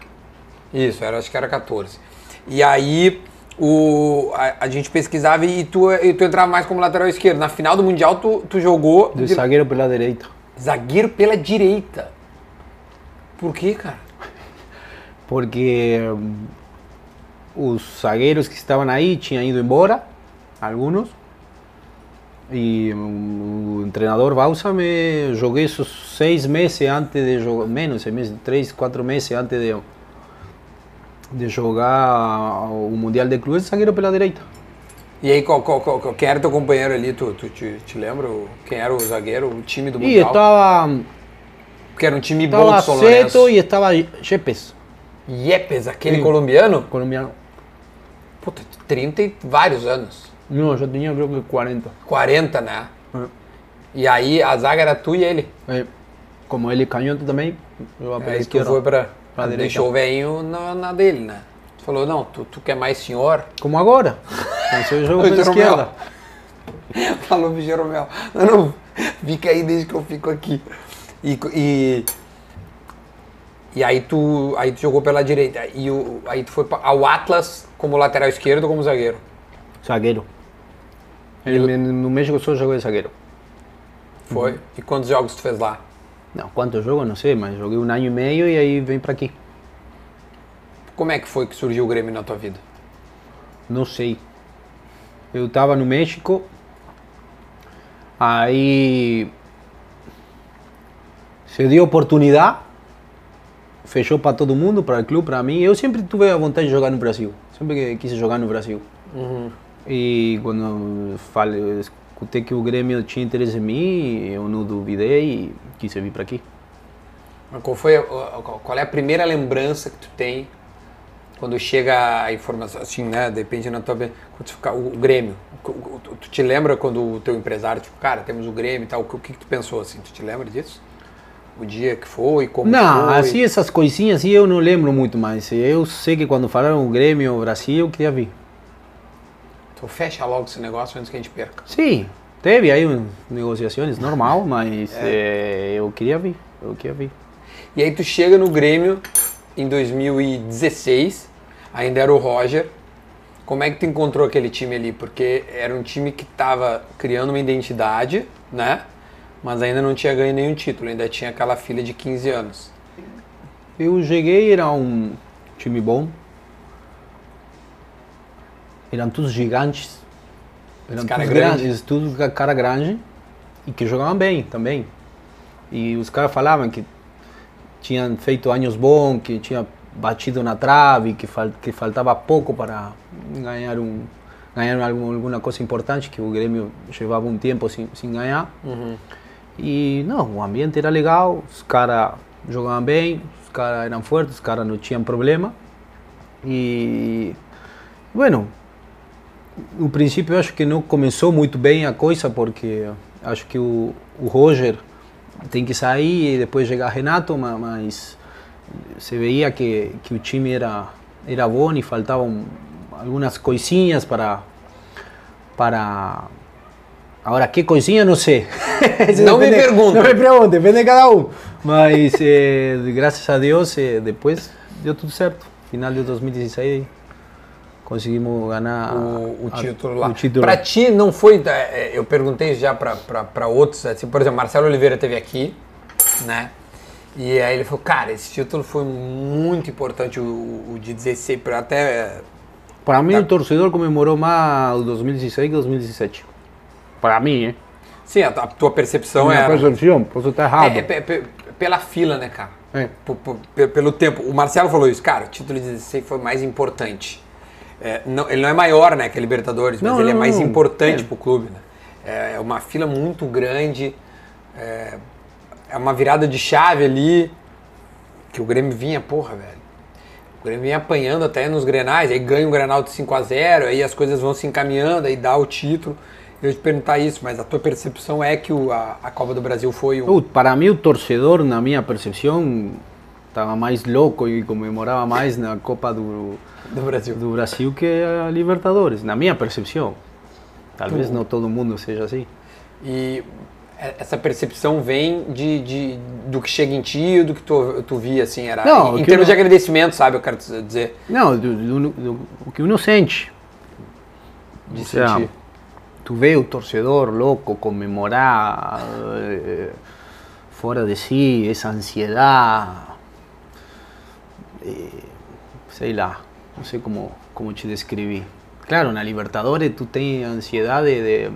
S2: Isso, era, acho que era 14. E aí o, a, a gente pesquisava e tu, e tu entrava mais como lateral esquerdo. Na final do Mundial tu, tu jogou
S1: De
S2: de
S1: zagueiro pela direita.
S2: zagueiro pela direita. Por quê, cara?
S1: Porque hum, os zagueiros que estavam aí tinham ido embora, alguns. E hum, o entrenador Bausa me joguei esos seis meses antes de jogar, menos, seis meses, três, quatro meses antes de, de jogar o Mundial de Clubes, zagueiro pela direita.
S2: E aí, qual, qual, qual- qual- quem era teu companheiro ali? Tu, tu te, te lembra? o- Quem era o zagueiro, o time do
S1: E
S2: Mundial?
S1: estava,
S2: Porque era um time bom
S1: estava
S2: do São Lourenço.
S1: tá Seto e estava Yepes,
S2: Yepes, aquele colombiano?
S1: colombiano.
S2: Puta, 30 e vários anos.
S1: Não, eu tinha creo que 40.
S2: 40, né?
S1: É.
S2: E aí a zaga era tu e ele.
S1: É, Eh, como ele é canhoto também, eu
S2: Aí
S1: aprendi
S2: tu foi pra.
S1: Pra direita.
S2: deixou o velhinho na, na dele, né? Tu falou, não, tu, tu quer mais senhor?
S1: Como agora. Mas eu jogo
S2: Oi,
S1: pela
S2: Jeromel.
S1: esquerda.
S2: Falou pro Jeromel. Não, não, fica aí desde que eu fico aqui. E. co- E, e aí tu. Aí tu jogou pela direita. E o, aí tu foi pra- ao Atlas como lateral esquerdo ou como zagueiro?
S1: Zagueiro. Ele- No México só joguei de zagueiro.
S2: Foi.
S1: Uhum.
S2: E quantos jogos tu fez lá?
S1: Não, quantos jogos não sei, mas joguei um ano e meio e aí vim pra aqui.
S2: Como é que foi que surgiu o Grêmio na tua vida?
S1: Não sei. Eu tava no México. Aí. Se deu oportunidade. Fechou pra todo mundo, pra o clube, pra mim. Eu sempre tive a vontade de jogar no Brasil. Sempre que quis jogar no Brasil.
S2: Uhum.
S1: E quando falei, eu escutei que o Grêmio tinha interesse em mim, eu não duvidei e quis vir pra aqui.
S2: Mas Qual, foi, a- a- qual qual é a primeira lembrança que tu tem quando chega a informação, assim, né? Depende na tua. be- Quando tu fica, o, o Grêmio. O- o- Tu, tu te lembra quando o teu empresário, tipo, cara, temos o Grêmio e tal, o que, o que que tu pensou assim? Tu te lembra disso? O dia que foi, como
S1: Não,
S2: foi?
S1: assim essas coisinhas assim, eu não lembro muito mais. Eu sei que quando falaram Grêmio, Brasil, eu queria vir.
S2: Então fecha logo esse negócio antes que a gente perca.
S1: Sim, teve aí um- negociações, normal, mas eh, eu queria vir, eu queria vir.
S2: E aí tu chega no Grêmio em 2016, ainda era o Roger. Como é que tu encontrou aquele time ali? Porque era um time que tava criando uma identidade, né? Mas ainda não tinha ganho nenhum título, ainda tinha aquela filha de 15 anos.
S1: Eu cheguei, era um time bom. Eram todos gigantes. Eram
S2: cara é
S1: todos
S2: grande.
S1: um grandes, todos com a cara grande e que jogavam bem também. E os caras falavam que tinham feito anos bons, que tinha batido na trave, que, fal- que faltava pouco para ganhar um ganhar algum- alguma coisa importante que o Grêmio levava um tempo sem, sem ganhar. E não, o ambiente era legal, os caras jogavam bem, os caras eram fortes, os caras não tinham problema. E, bueno, no princípio eu acho que não começou muito bem a coisa, porque acho que o, o Roger tem que sair e depois chegar Renato, ma- mas se veia que, que o time era, era bom e faltavam algumas coisinhas para. para Agora, que coisinha, não sei. Isso
S2: Não me
S1: depende-
S2: pergunta.
S1: é Não me pergunta, depende de cada um. Mas, eh, graças a Deus, eh, depois deu tudo certo. Final de 2016, conseguimos ganhar
S2: o, o
S1: a-
S2: título lá.
S1: Ah, O título.
S2: Pra ti não foi. é, é, Eu perguntei já pra, pra, pra outros, assim, por exemplo, Marcelo Oliveira teve aqui, né? E aí ele falou, cara, esse título foi muito importante, o, o de 16, pra até. é,
S1: Para mim, o torcedor comemorou mais o 2016 que o 2017. Para eh. mim, hein?
S2: Sim, a, tua- a tua percepção
S1: Minha
S2: é,
S1: percepção, posso estar errado.
S2: é, é pe- pe- pela fila, né, cara?
S1: É.
S2: P- p- pe- pelo tempo. O Marcelo falou isso, cara, o título de 16 foi mais importante. É, não- ele não é maior, né, que a Libertadores, mas
S1: Não,
S2: ele é
S1: não,
S2: mais
S1: não.
S2: é importante pro clube, né? É uma fila muito grande. É, é uma virada de chave ali que o Grêmio vinha, porra, velho. O Grêmio vinha apanhando até nos grenais, aí ganha um grenal de 5 a 0 aí as coisas vão se encaminhando, aí dá o título. Eu ia te perguntar isso, mas a tua percepção é que o, a, a Copa do Brasil foi o.
S1: Uh, para mí, el torcedor, na minha percepción, estaba más loco y conmemoraba más la Copa do,
S2: do Brasil.
S1: do Brasil que a Libertadores, na minha percepción. Tal vez
S2: Tu-
S1: no todo mundo seja así.
S2: E e- essa percepção vem de, de- do que chega em ti, do que tu, tu via, assim, era.
S1: Não,
S2: em-
S1: o
S2: em
S1: que
S2: termos
S1: eu-
S2: de agradecimento, sabe, eu quero te dizer.
S1: No, do, do- do- o que uno sente.
S2: De
S1: O sea,
S2: sentir.
S1: tu vê o torcedor louco comemorar, eh, fora de si, essa ansiedade. eh, sei lá, não sei como, como te descrevi. Claro, na Libertadores tu tem ansiedade de,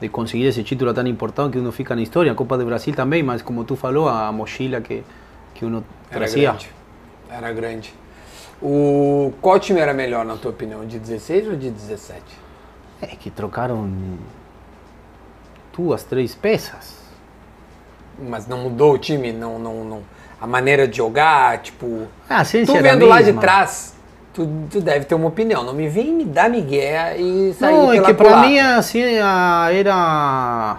S1: de conseguir esse título tão importante que uno fica na história. A Copa do Brasil também, mas como tu falou, a mochila que, que uno
S2: Era
S1: trazia.
S2: grande. Era grande. O, qual time era melhor, na tua opinião? De 16 ou de 17?
S1: É que trocaram duas, três peças.
S2: Mas não mudou o time, não, não, não. A maneira de jogar, tipo.
S1: Ah, sem
S2: Tu
S1: ser a
S2: vendo lá de
S1: mesma.
S2: trás, tu, tu deve ter uma opinião. Não me vem me dar migué e sair
S1: Não, é
S2: pela
S1: que para
S2: culatra.
S1: mim assim a- era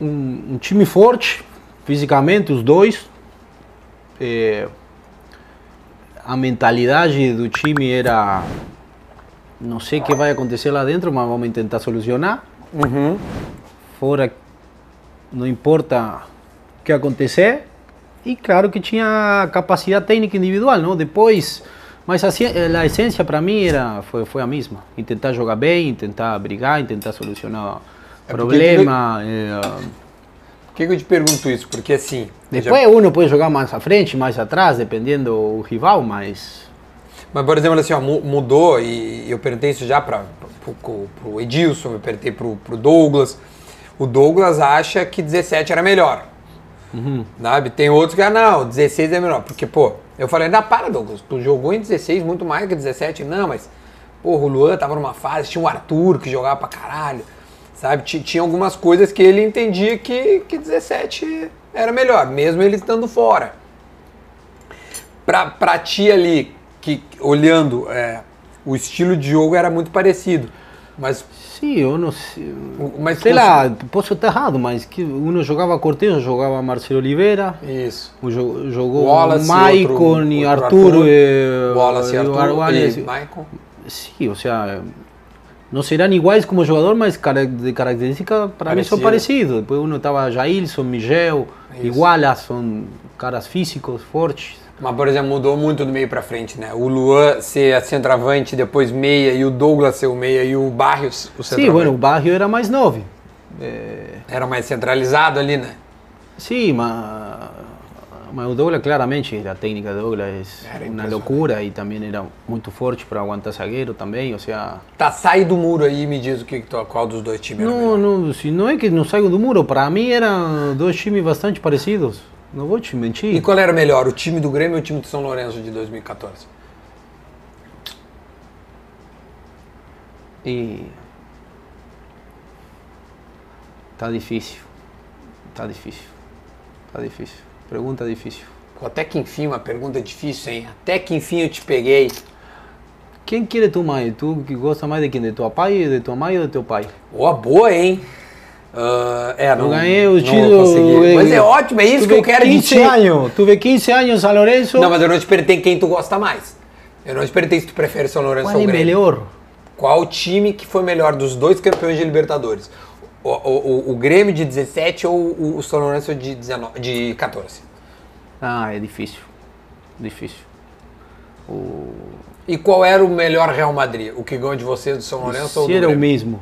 S1: um, um time forte fisicamente os dois. É, a mentalidade do time era não sei o que vai acontecer lá dentro, mas vamos tentar solucionar.
S2: Uhum.
S1: Fora não importa o que acontecer. E claro que tinha capacidade técnica individual, não? Depois, mas a, ci- eh, a essência para mim era foi, foi a mesma. Intentar jogar bem, tentar brigar, tentar solucionar
S2: É porque
S1: problema. eh,
S2: Por que, que eu te pergunto isso? Porque assim. eu já-
S1: depois um pode jogar mais à frente, mais atrás, dependendo do rival, mas
S2: Mas, por exemplo, assim, ó, mu- mudou, e eu perguntei isso já para o Edilson, eu perguntei pro, pro Douglas. O Douglas acha que 17 era melhor. Sabe? Tem outros que, ah, não, 16 é melhor. Porque, pô, eu falei, não, para, Douglas, tu jogou em 16 muito mais que 17. Não, mas, porra, o Luan tava numa fase, tinha o Arthur que jogava pra caralho, sabe? Ti- Tinha algumas coisas que ele entendia que, que 17 era melhor, mesmo ele estando fora pra, pra ti ali, que olhando, é, o estilo de jogo era muito parecido. Mas,
S1: sim, eu não sei.
S2: o- mas
S1: Sei lá, posso estar errado, mas que um jogava Cortez, um jogava Marcelo Oliveira,
S2: Isso.
S1: um jo- jogou
S2: Wallace,
S1: Maicon
S2: outro-
S1: e
S2: outro
S1: Arthur.
S2: Arthur,
S1: eh,
S2: Wallace,
S1: e
S2: Arthur
S1: Arwanes.
S2: e Michael.
S1: Sim, ou seja, não serão iguais como jogador, mas cara- de característica para mim são
S2: Parecido.
S1: parecidos. Depois um estava Jailson, Miguel,
S2: Isso.
S1: Iguala, são caras físicos, fortes.
S2: Mas, por exemplo, mudou muito do meio pra frente, né? O Luan ser a centroavante, depois meia, e o Douglas ser o meia, e o Barrios o
S1: Sim, bueno, o
S2: centroavante.
S1: Barrio era mais nove. Eh,
S2: Era mais centralizado ali, né?
S1: Sí, ma, ma o Douglas claramente, la técnica de Douglas es
S2: Era
S1: una
S2: impresionante.
S1: locura y también era muy fuerte para aguantar zaguero también, o sea...
S2: Tá, sai do muro aí e me diz o que, que tu- qual dos dois times era
S1: No,
S2: melhor.
S1: no, si no es assim, é que no salgo del muro, para mí eran dos times bastante parecidos, no voy a te mentir.
S2: E qual era melhor, o time do Grêmio ou o time do São Lourenço de 2014?
S1: Y... Está Tá difícil, está difícil, está difícil, pregunta difícil.
S2: Pô, Até que enfim, uma pergunta difícil, hein? Até que enfim eu te peguei.
S1: ¿Quién quiere tu madre? ¿Tú que gostas más de quién? ¿De tu papá, y de tu mamá y de tu pai?
S2: Ó, boa, hein? Ah, é, não,
S1: ganhei o
S2: não
S1: título,
S2: consegui.
S1: eh,
S2: Mas é ótimo, é isso que
S1: tuve
S2: eu quero de
S1: 15
S2: ti.
S1: años, tuve 15 años en San Lorenzo.
S2: Não, mas eu não te perguntei quem tu gosta mais. Eu não te perguntei se tu prefere São Lourenço
S1: ¿Cuál
S2: ou
S1: es
S2: Grêmio.
S1: mejor?
S2: Qual time que foi melhor dos dois campeões de Libertadores? O, o- o- o Grêmio de 17 ou o, o São Lourenço de, 19, de 14?
S1: Ah, é difícil. Difícil.
S2: E qual era o melhor Real Madrid? O que ganhou de vocês do São Lourenço ou
S1: Se
S2: do
S1: era é o um.
S2: Grêmio?
S1: mesmo.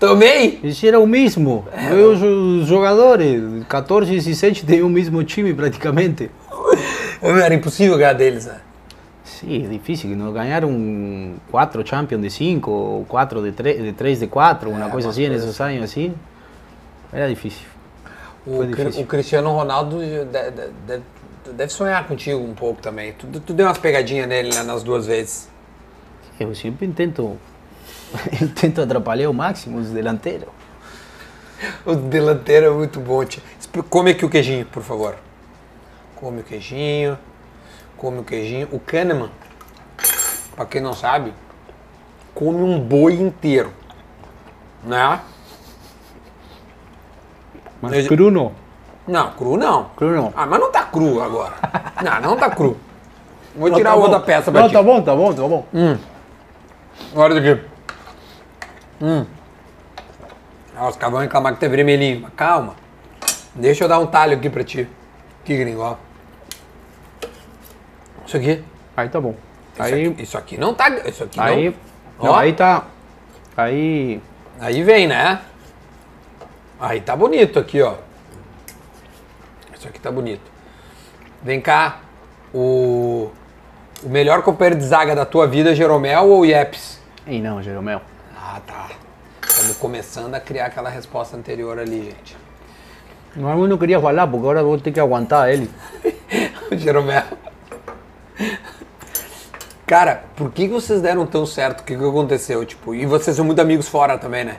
S2: Também?
S1: Se era o mesmo. Eu, os jogadores, 14 e 17, têm o mesmo time praticamente.
S2: Era impossível ganhar deles, né?
S1: Sim, é difícil. Não ganharam 4 Champions de 5, 4 de 3 de, três de 4, uma coisa assim, nesses anos assim. Era difícil.
S2: O,
S1: Foi
S2: Cri-
S1: difícil.
S2: o Cristiano Ronaldo de- de- de- deve, deve sonhar contigo um pouco também. Tu, tu deu umas pegadinhas nele né, nas duas vezes.
S1: Eu sempre tento, tento atrapalhar o máximo os delanteiros.
S2: O delanteiro é muito bom, tia. Espe- Come aqui o queijinho, por favor. Come o queijinho. Come o queijinho. O Kahneman, pra quem não sabe, come um boi inteiro. Né?
S1: Mas
S2: Ele-
S1: cru no.
S2: Não, cru não.
S1: Cru não.
S2: Ah, mas não tá cru agora. Não, não tá cru. Vou
S1: Não,
S2: tirar
S1: tá bom.
S2: outra peça pra
S1: Não,
S2: ti.
S1: tá bom, tá bom, tá bom.
S2: Olha isso aqui. Hum. Ah, os caras vão reclamar que tá vermelhinho. Mas calma. Deixa eu dar um talho aqui pra ti. Que gringo, ó. Isso aqui.
S1: Aí tá bom.
S2: Isso,
S1: Aí,
S2: aqui, isso aqui não tá. Isso aqui
S1: aí,
S2: não.
S1: não,
S2: Ó.
S1: aí tá. Aí,
S2: Aí vem, né? Aí tá bonito aqui, ó. Isso aqui tá bonito. Vem cá. O, o melhor companheiro de zaga da tua vida é Jeromel ou Yeps?
S1: e não, Jeromel.
S2: Ah, tá. Estamos começando a criar aquela resposta anterior ali, gente.
S1: Mas eu não queria falar, porque agora vou ter que aguentar ele.
S2: O Jeromel. Cara, por que que vocês deram tão certo? O que, que aconteceu? Tipo, e vocês são muito amigos fora também, né?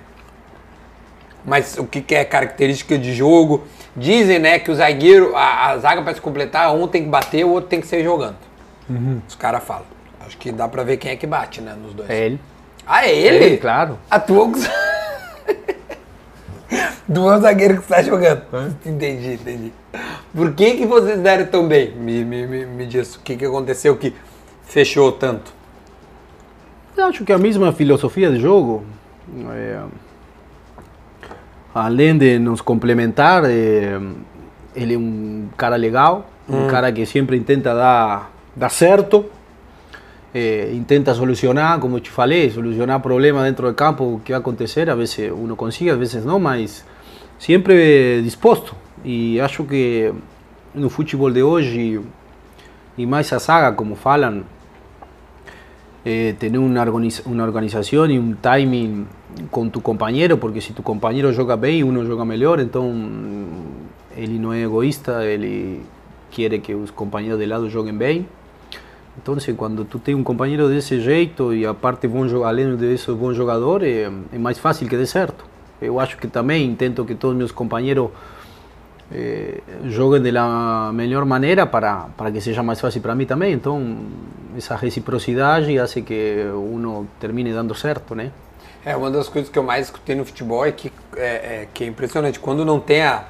S2: Mas o que, que é característica de jogo? Dizem, né, que o zagueiro, a, a zaga para se completar, um tem que bater, o outro tem que ser jogando.
S1: Uhum.
S2: Os caras falam. Acho que dá pra ver quem é que bate, né, nos dois.
S1: É ele.
S2: Ah, é ele?
S1: Ele, claro.
S2: Atuou com... Do meu zagueiro que está jogando. Entendi, entendi. Por que que vocês deram tão bem? Me, me, me, me diz o que que aconteceu que fechou tanto.
S1: Eu acho que a mesma filosofia de jogo, é, além de nos complementar, é, ele é um cara legal, um cara que sempre tenta dar, dar certo, é, tenta solucionar, como eu te falei, solucionar problema dentro do campo que vai acontecer, às vezes uno consiga, às vezes não, mas sempre disposto. E acho que no futebol de hoje, e mais a saga, como falam, eh, tener una, organiz- una organización y un timing con tu compañero, porque si tu compañero juega bien, uno juega mejor, entonces mm, él no es egoísta, él quiere que los compañeros de lado jueguen bien. Entonces, cuando tú tienes un compañero de ese jeito y aparte bom jo- além de eso buen jugador, eh, es más fácil que dé certo. Eu acho que também intento que todos meus companheiros eh, joguem de la melhor maneira para, para que seja mais fácil para mim também. Então, essa reciprocidade hace que uno termine dando certo, né?
S2: É, uma das coisas que eu mais escutei no futebol é que é, é- que é impressionante. Quando não tem a,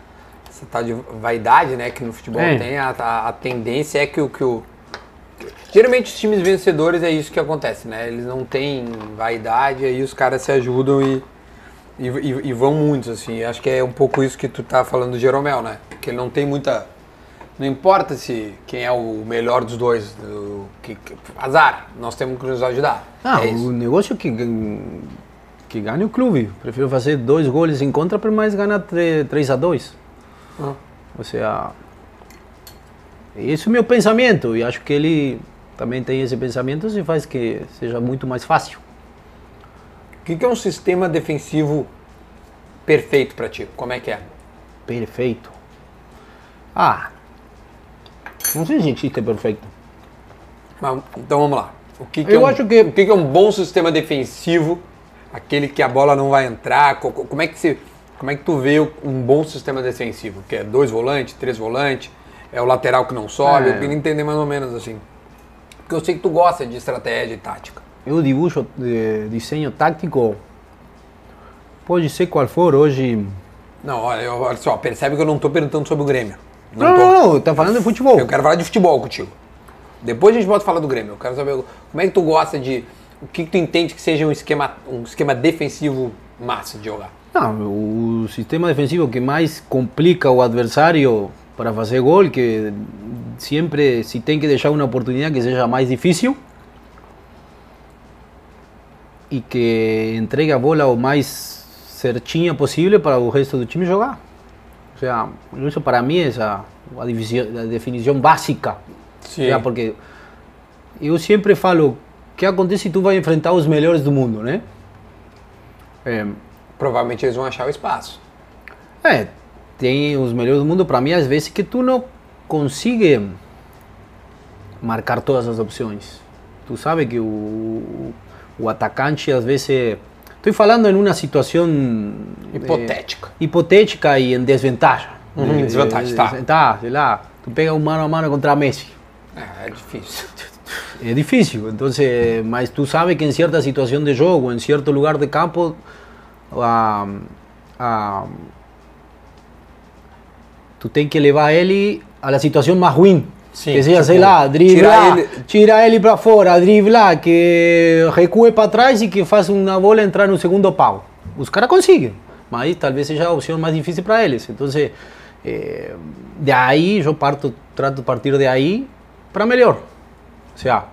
S2: essa tal de vaidade, né, que no futebol
S1: É.
S2: tem, a, a, a tendência é que o, que o... Geralmente os times vencedores é isso que acontece, né? Eles não têm vaidade, aí os caras se ajudam e, e, e- e vão muitos, assim. Acho que é um pouco isso que tu tá falando do Jeromel, né? Que ele não tem muita... Não importa se quem é o melhor dos dois, o que, que- azar, nós temos que nos ajudar.
S1: Ah,
S2: é isso.
S1: o negócio é que, gan- que ganhe o clube. Prefiro fazer dois goles em contra, para mais ganhar 3 a 2.
S2: Ah.
S1: Ou seja, esse é o meu pensamento e acho que ele também tem esse pensamento e faz que seja muito mais fácil.
S2: O que, que é um sistema defensivo perfeito pra ti? Como é que é?
S1: Perfeito. Ah, não sei se existe perfeito.
S2: Mas, então vamos lá. O que, que
S1: Eu
S2: é um,
S1: acho que-
S2: o que, que é um bom sistema defensivo? Aquele que a bola não vai entrar. Co- co- Como é que se, como é que tu vê o- um bom sistema defensivo? Que é dois volantes, três volantes, é o lateral que não
S1: É.
S2: sobe. Eu queria entender mais ou menos assim. Porque eu sei que tu gosta de estratégia e tática.
S1: Eu dibujo eh, desenho tático, pode ser qual for, hoje...
S2: Não, olha, eu- olha só, percebe que eu não tô perguntando sobre o Grêmio.
S1: Não,
S2: tô.
S1: não, não, tá falando de futebol.
S2: Eu quero falar de futebol contigo. Depois a gente pode falar do Grêmio. Eu quero saber como é que tu gosta de. O que, que tu entende que seja um esquema, um esquema defensivo massa de jogar?
S1: Não, o sistema defensivo que mais complica o adversário para fazer gol, que sempre se tem que deixar uma oportunidade que seja mais difícil e que entregue a bola o mais certinha possível para o resto do time jogar. Ou seja, isso para mim é essa, a, divisio- a definição básica.
S2: Sim.
S1: Já, porque eu sempre falo, o que acontece se tu vai enfrentar os melhores do mundo, Eh, né? É,
S2: Provavelmente eles vão achar o espaço.
S1: é, tem os melhores do mundo para mim, às vezes que tu não consegue marcar todas as opções. Tu sabe que o, o atacante às vezes é- Estoy hablando en una situación eh,
S2: Hipotética.
S1: hipotética y en desventaja.
S2: Uhum,
S1: Eh,
S2: desvantagem, tá.
S1: Tá, sei lá, tu pega um mano a mano contra Messi.
S2: É, é difícil.
S1: Es difícil, entonces, mas tú sabes que en cierta situación de juego, en cierto lugar de campo, a, a- tú tienes que llevar a él a la situación más ruin.
S2: Sí,
S1: que sea,
S2: tipo,
S1: sei lá, driblar,
S2: tirar ele-
S1: tirar él para afuera, driblar, que recue para atrás y que faça una bola entrar en un segundo pau. Los caras consiguen, mas talvez seja a opción más difícil para ellos. Entonces, eh, de ahí yo parto, trato de partir de ahí para mejor. O sea,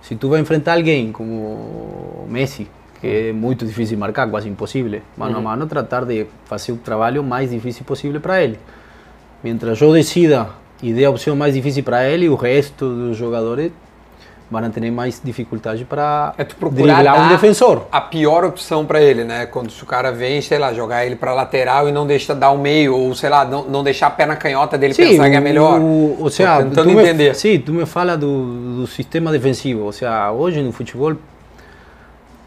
S1: se tu vai enfrentar alguém como Messi, que é muito difícil marcar, quase impossível, mano a mano, tratar de fazer o trabalho mais difícil possível para ele. Mientras eu decida e dê a opção mais difícil para ele, o resto dos jogadores vão ter mais dificuldade para
S2: É tu procurar
S1: driblar
S2: dar
S1: um defensor.
S2: a pior opção pra ele, né? Quando se o cara vem, sei lá, jogar ele pra lateral e não deixa dar o meio, ou sei lá, não, não deixar a perna canhota dele pensar que é
S1: o-
S2: melhor.
S1: o- ou seja,
S2: Tô tentando
S1: tu me-
S2: entender.
S1: sim, tu me fala do, do sistema defensivo. Ou seja, hoje no futebol,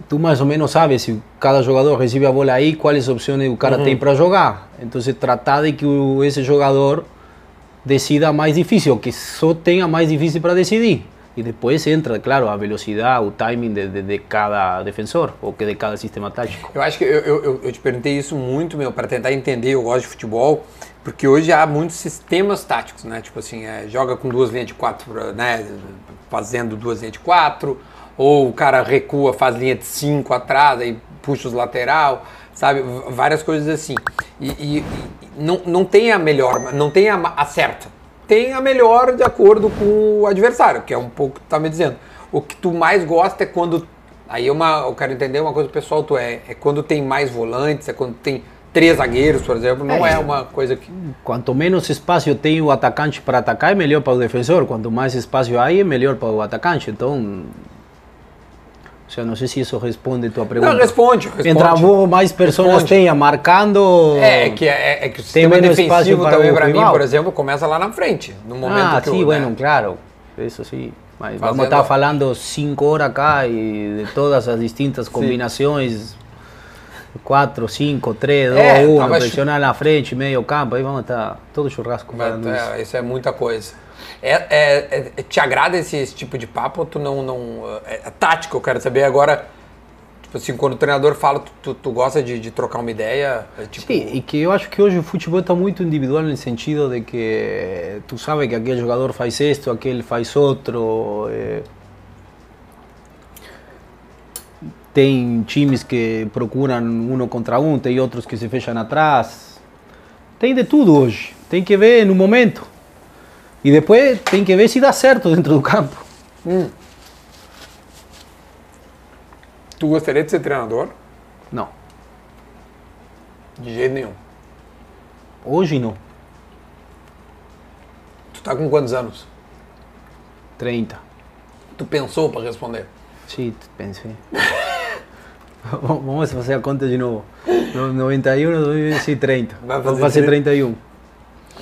S1: tu mais ou menos sabes se cada jogador recebe a bola aí, quais opções o cara tem para jogar. Então, tratar de que o- esse jogador decida a mais difícil, que só tenha a mais difícil para decidir. E depois entra, claro, a velocidade, o timing de, de, de cada defensor, ou que de cada sistema tático.
S2: Eu acho que eu, eu, eu- eu te perguntei isso muito, meu, pra tentar entender. Eu gosto de futebol, porque hoje há muitos sistemas táticos, né? Tipo assim, é, joga com duas linhas de quatro, pra- né? Fazendo duas linhas de quatro, ou o cara recua, faz linha de cinco atrás, aí puxa os lateral, sabe? V- Várias coisas assim. E, e- e não, não tem a melhor, não tem a, ma- a certa. Tem a melhor de acordo com o adversário, que é um pouco o que tu tá me dizendo. O que tu mais gosta é quando Aí é uma, eu quero entender uma coisa pessoal, tu é, é quando tem mais volantes, é quando tem três zagueiros, por exemplo, não é, uma coisa que
S1: Quanto menos espaço tem o atacante para atacar, é melhor para o defensor. Quanto mais espaço há, é melhor para o atacante. Então, ou seja, não sei se isso responde a tua pergunta.
S2: Não, responde, responde.
S1: Entravou mais pessoas
S2: Responde. Eh,
S1: tenha marcando.
S2: é, que é, é que o sistema
S1: menos
S2: defensivo
S1: espaço para
S2: também
S1: o
S2: para mim,
S1: rival.
S2: por exemplo, começa lá na frente, no momento
S1: ah,
S2: que
S1: sim,
S2: eu,
S1: bueno,
S2: né?
S1: claro. Isso sim. Mas vamos
S2: Fazendo-
S1: estar falando cinco horas acá e de todas as distintas combinações. quatro, cinco, três, dois,
S2: É,
S1: um,
S2: tava chu-
S1: pressionar na frente, meio campo, aí vamos estar todo churrasco
S2: Mas,
S1: falando isso.
S2: é, isso é muita coisa. É, é- é- te agrada esse, esse tipo de papo? ou Tu não, não é, é tático, eu quero saber agora. Tipo assim, quando o treinador fala, tu, tu, tu gosta de, de trocar uma ideia, é, tipo,
S1: Sim, e que eu acho que hoje o futebol está muito individual no sentido de que tu sabe que aquele jogador faz isto, aquele faz outro. eh. Tem times que procuram um contra um, tem outros que se fecham atrás. Tem de tudo hoje. Tem que ver no momento. E depois tem que ver se dá certo dentro do campo.
S2: tu gostaria de ser treinador?
S1: Não.
S2: De jeito nenhum.
S1: Hoje não.
S2: Tu tá com quantos anos?
S1: 30.
S2: Tu pensou pra responder?
S1: Sí, pensé. Vamos a hacer a conta de novo. No- 91, 2020, sí, 30.
S2: Vai fazer
S1: Vamos fazer 31.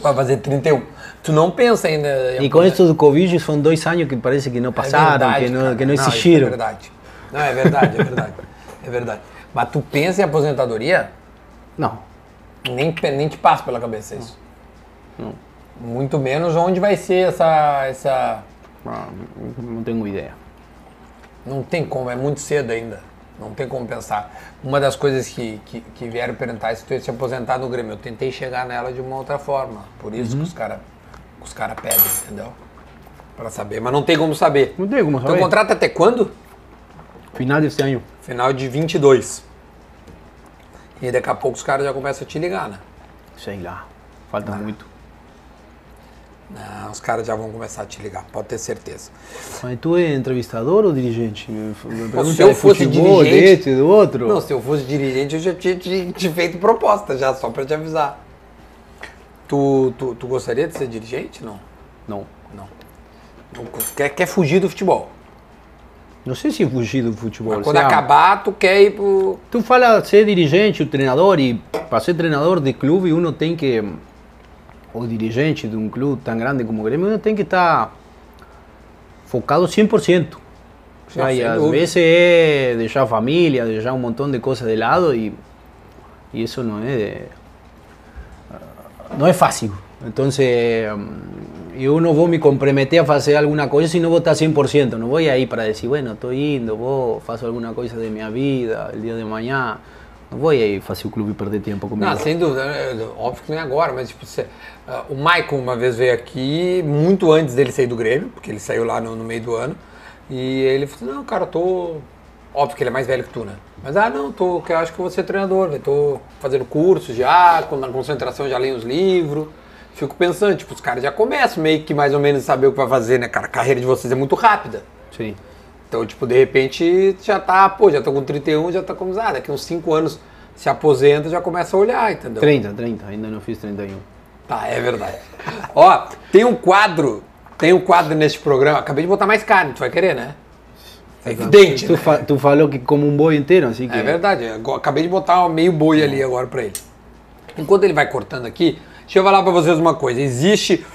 S2: Vai fazer 31. Tu não pensa ainda. em
S1: E com
S2: aposentar.
S1: esto do Covid, são dois anos que parece que não passaram,
S2: verdade,
S1: que, não,
S2: cara.
S1: que não
S2: isso É
S1: existiram.
S2: verdade. Não, é verdade, é verdade. é verdade. Mas tu pensa em aposentadoria?
S1: Não,
S2: Nem, pe- nem te passa pela cabeça isso. Muito menos onde vai ser essa, essa.
S1: não, não tenho ideia.
S2: Não tem como, é muito cedo ainda. Não tem como pensar. Uma das coisas que, que, que vieram perguntar é se tu ia se aposentar no Grêmio. Eu tentei chegar nela de uma outra forma. Por isso
S1: Uhum.
S2: que os caras os cara pedem, entendeu? Pra saber. Mas não tem como saber.
S1: Não tem como
S2: Teu
S1: saber.
S2: contrato é até quando?
S1: Final desse ano.
S2: Final de 22. E daqui a pouco os caras já começam a te ligar, né?
S1: Sei lá, falta muito.
S2: Não, os caras já vão começar a te ligar, pode ter certeza.
S1: Mas tu é entrevistador ou dirigente? Me f- me pergunta
S2: se eu
S1: de
S2: fosse
S1: futebol,
S2: dirigente-
S1: deste, do outro.
S2: Não, se eu fosse dirigente, eu já tinha te, te feito proposta, já, só pra te avisar. Tu, tu, tu gostaria de ser dirigente? Não.
S1: Não.
S2: Não. Não, tu quer, quer fugir do futebol.
S1: Não sei se fugir do futebol.
S2: Mas quando
S1: sei lá.
S2: acabar, tu quer ir pro.
S1: Tu fala ser dirigente, o treinador, e para ser treinador de clube, uno tem que. O dirigente de um clube tão grande como o Grêmio, uno tem que estar focado 100%.
S2: Ah,
S1: y
S2: sem
S1: a
S2: dúvida.
S1: veces es dejar familia, dejar un montón de cosas de lado y, y eso no es, de- no es fácil. Entonces, mm, yo no voy me comprometer a hacer alguna cosa si no voy a estar 100%. No voy ahí para decir, bueno, estoy indo, vos, hago alguna cosa de mi vida, el día de mañana. No voy a ir fazer o clube e perder tempo comigo.
S2: Não, sem dúvida. né? Óbvio que não é agora, mas tipo, você- ah, o Maicon uma vez veio aqui, muito antes dele sair do Grêmio, porque ele saiu lá no, no meio do ano, e ele falou, assim, não, cara, eu tô... Óbvio que ele é mais velho que tu, né? Mas, ah, não, tô, que eu acho que eu vou ser treinador, velho. tô fazendo curso já, com- na concentração já leio os livros. Fico pensando, tipo, os caras já começam meio que mais ou menos saber o que vai fazer, né, cara? A carreira de vocês é muito rápida.
S1: Sim.
S2: Então, tipo, de repente já tá, pô, já tá com 31, já tá como, ah, daqui uns 5 anos se aposenta, já começa a olhar, entendeu?
S1: 30, 30, ainda não fiz 31.
S2: Tá, é verdade. Ó, tem um quadro, tem um quadro neste programa, acabei de botar mais carne, tu vai querer, né? É evidente,
S1: Tu,
S2: né?
S1: fa tu falou que como um boi inteiro, assim que.
S2: É verdade, eu go- acabei de botar meio boi ali agora pra ele. Enquanto ele vai cortando aqui, deixa eu falar pra vocês uma coisa. Existe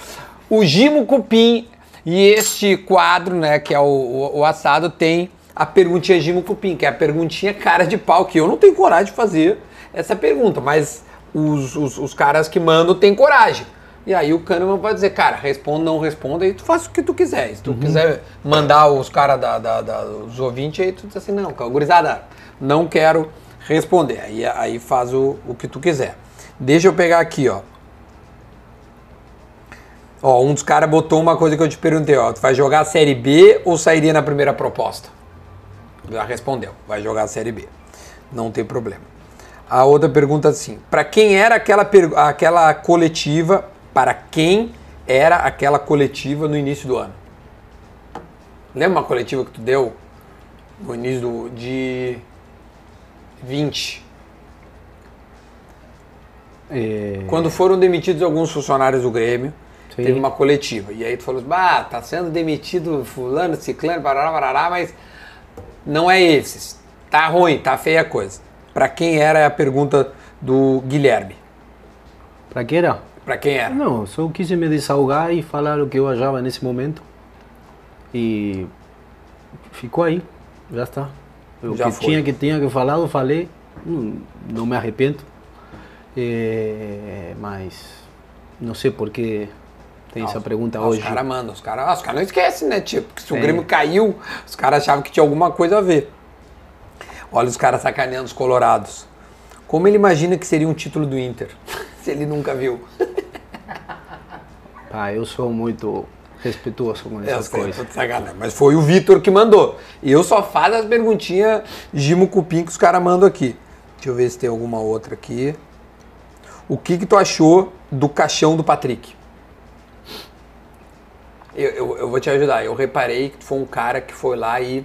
S2: o Gimo Cupim e este quadro, né, que é o, o- o assado, tem a perguntinha Gimo Cupim, que é a perguntinha cara de pau, que eu não tenho coragem de fazer essa pergunta, mas os, os- os caras que mandam têm coragem. E aí o Kahneman pode dizer, cara, responda, não responda, aí tu faz o que tu quiser. Se tu quiser mandar os caras da, da- da- os ouvintes, aí tu diz assim, não, cara, gurizada, não quero responder. Aí, aí faz o, o que tu quiser. Deixa eu pegar aqui, ó. Ó, um dos caras botou uma coisa que eu te perguntei, ó. Tu vai jogar a Série B ou sairia na primeira proposta? Já respondeu, vai jogar a Série B. Não tem problema. A outra pergunta assim, para quem era aquela, pergu- aquela coletiva, para quem era aquela coletiva no início do ano? Lembra uma coletiva que tu deu no início do, de 20?
S1: É,
S2: Quando foram demitidos alguns funcionários do Grêmio,
S1: Sim.
S2: teve uma coletiva. E aí tu falou assim, bah, tá sendo demitido fulano, ciclano, barará, barará, mas não é esses. Tá ruim, tá feia a coisa. Pra quem era é a pergunta do Guilherme?
S1: Pra que era?
S2: Pra quem era?
S1: Não, só quis me desahogar e falar o que eu achava nesse momento. E ficou aí, já está. O
S2: Já
S1: que
S2: foi.
S1: tinha que tinha que falar, eu falei. Hum, Não me arrependo. É, mas não sei por que tem essa pergunta
S2: Ah, Os
S1: hoje.
S2: caras mandam, os caras ah, os cara não esquecem, né? Tipo, que se o
S1: Sim.
S2: Grêmio caiu, os caras achavam que tinha alguma coisa a ver. Olha os caras sacaneando os colorados. Como ele imagina que seria um título do Inter? se ele nunca viu.
S1: Pá, Ah, eu sou muito respeitoso com
S2: Eu
S1: essas
S2: sei,
S1: coisas.
S2: tô de É, sacanagem, Mas foi o Vitor que mandou. E eu só faço as perguntinhas Gimo Cupim que os caras mandam aqui. Deixa eu ver se tem alguma outra aqui. O que que tu achou do caixão do Patrick? Eu, eu, eu vou te ajudar. Eu reparei que tu foi um cara que foi lá e...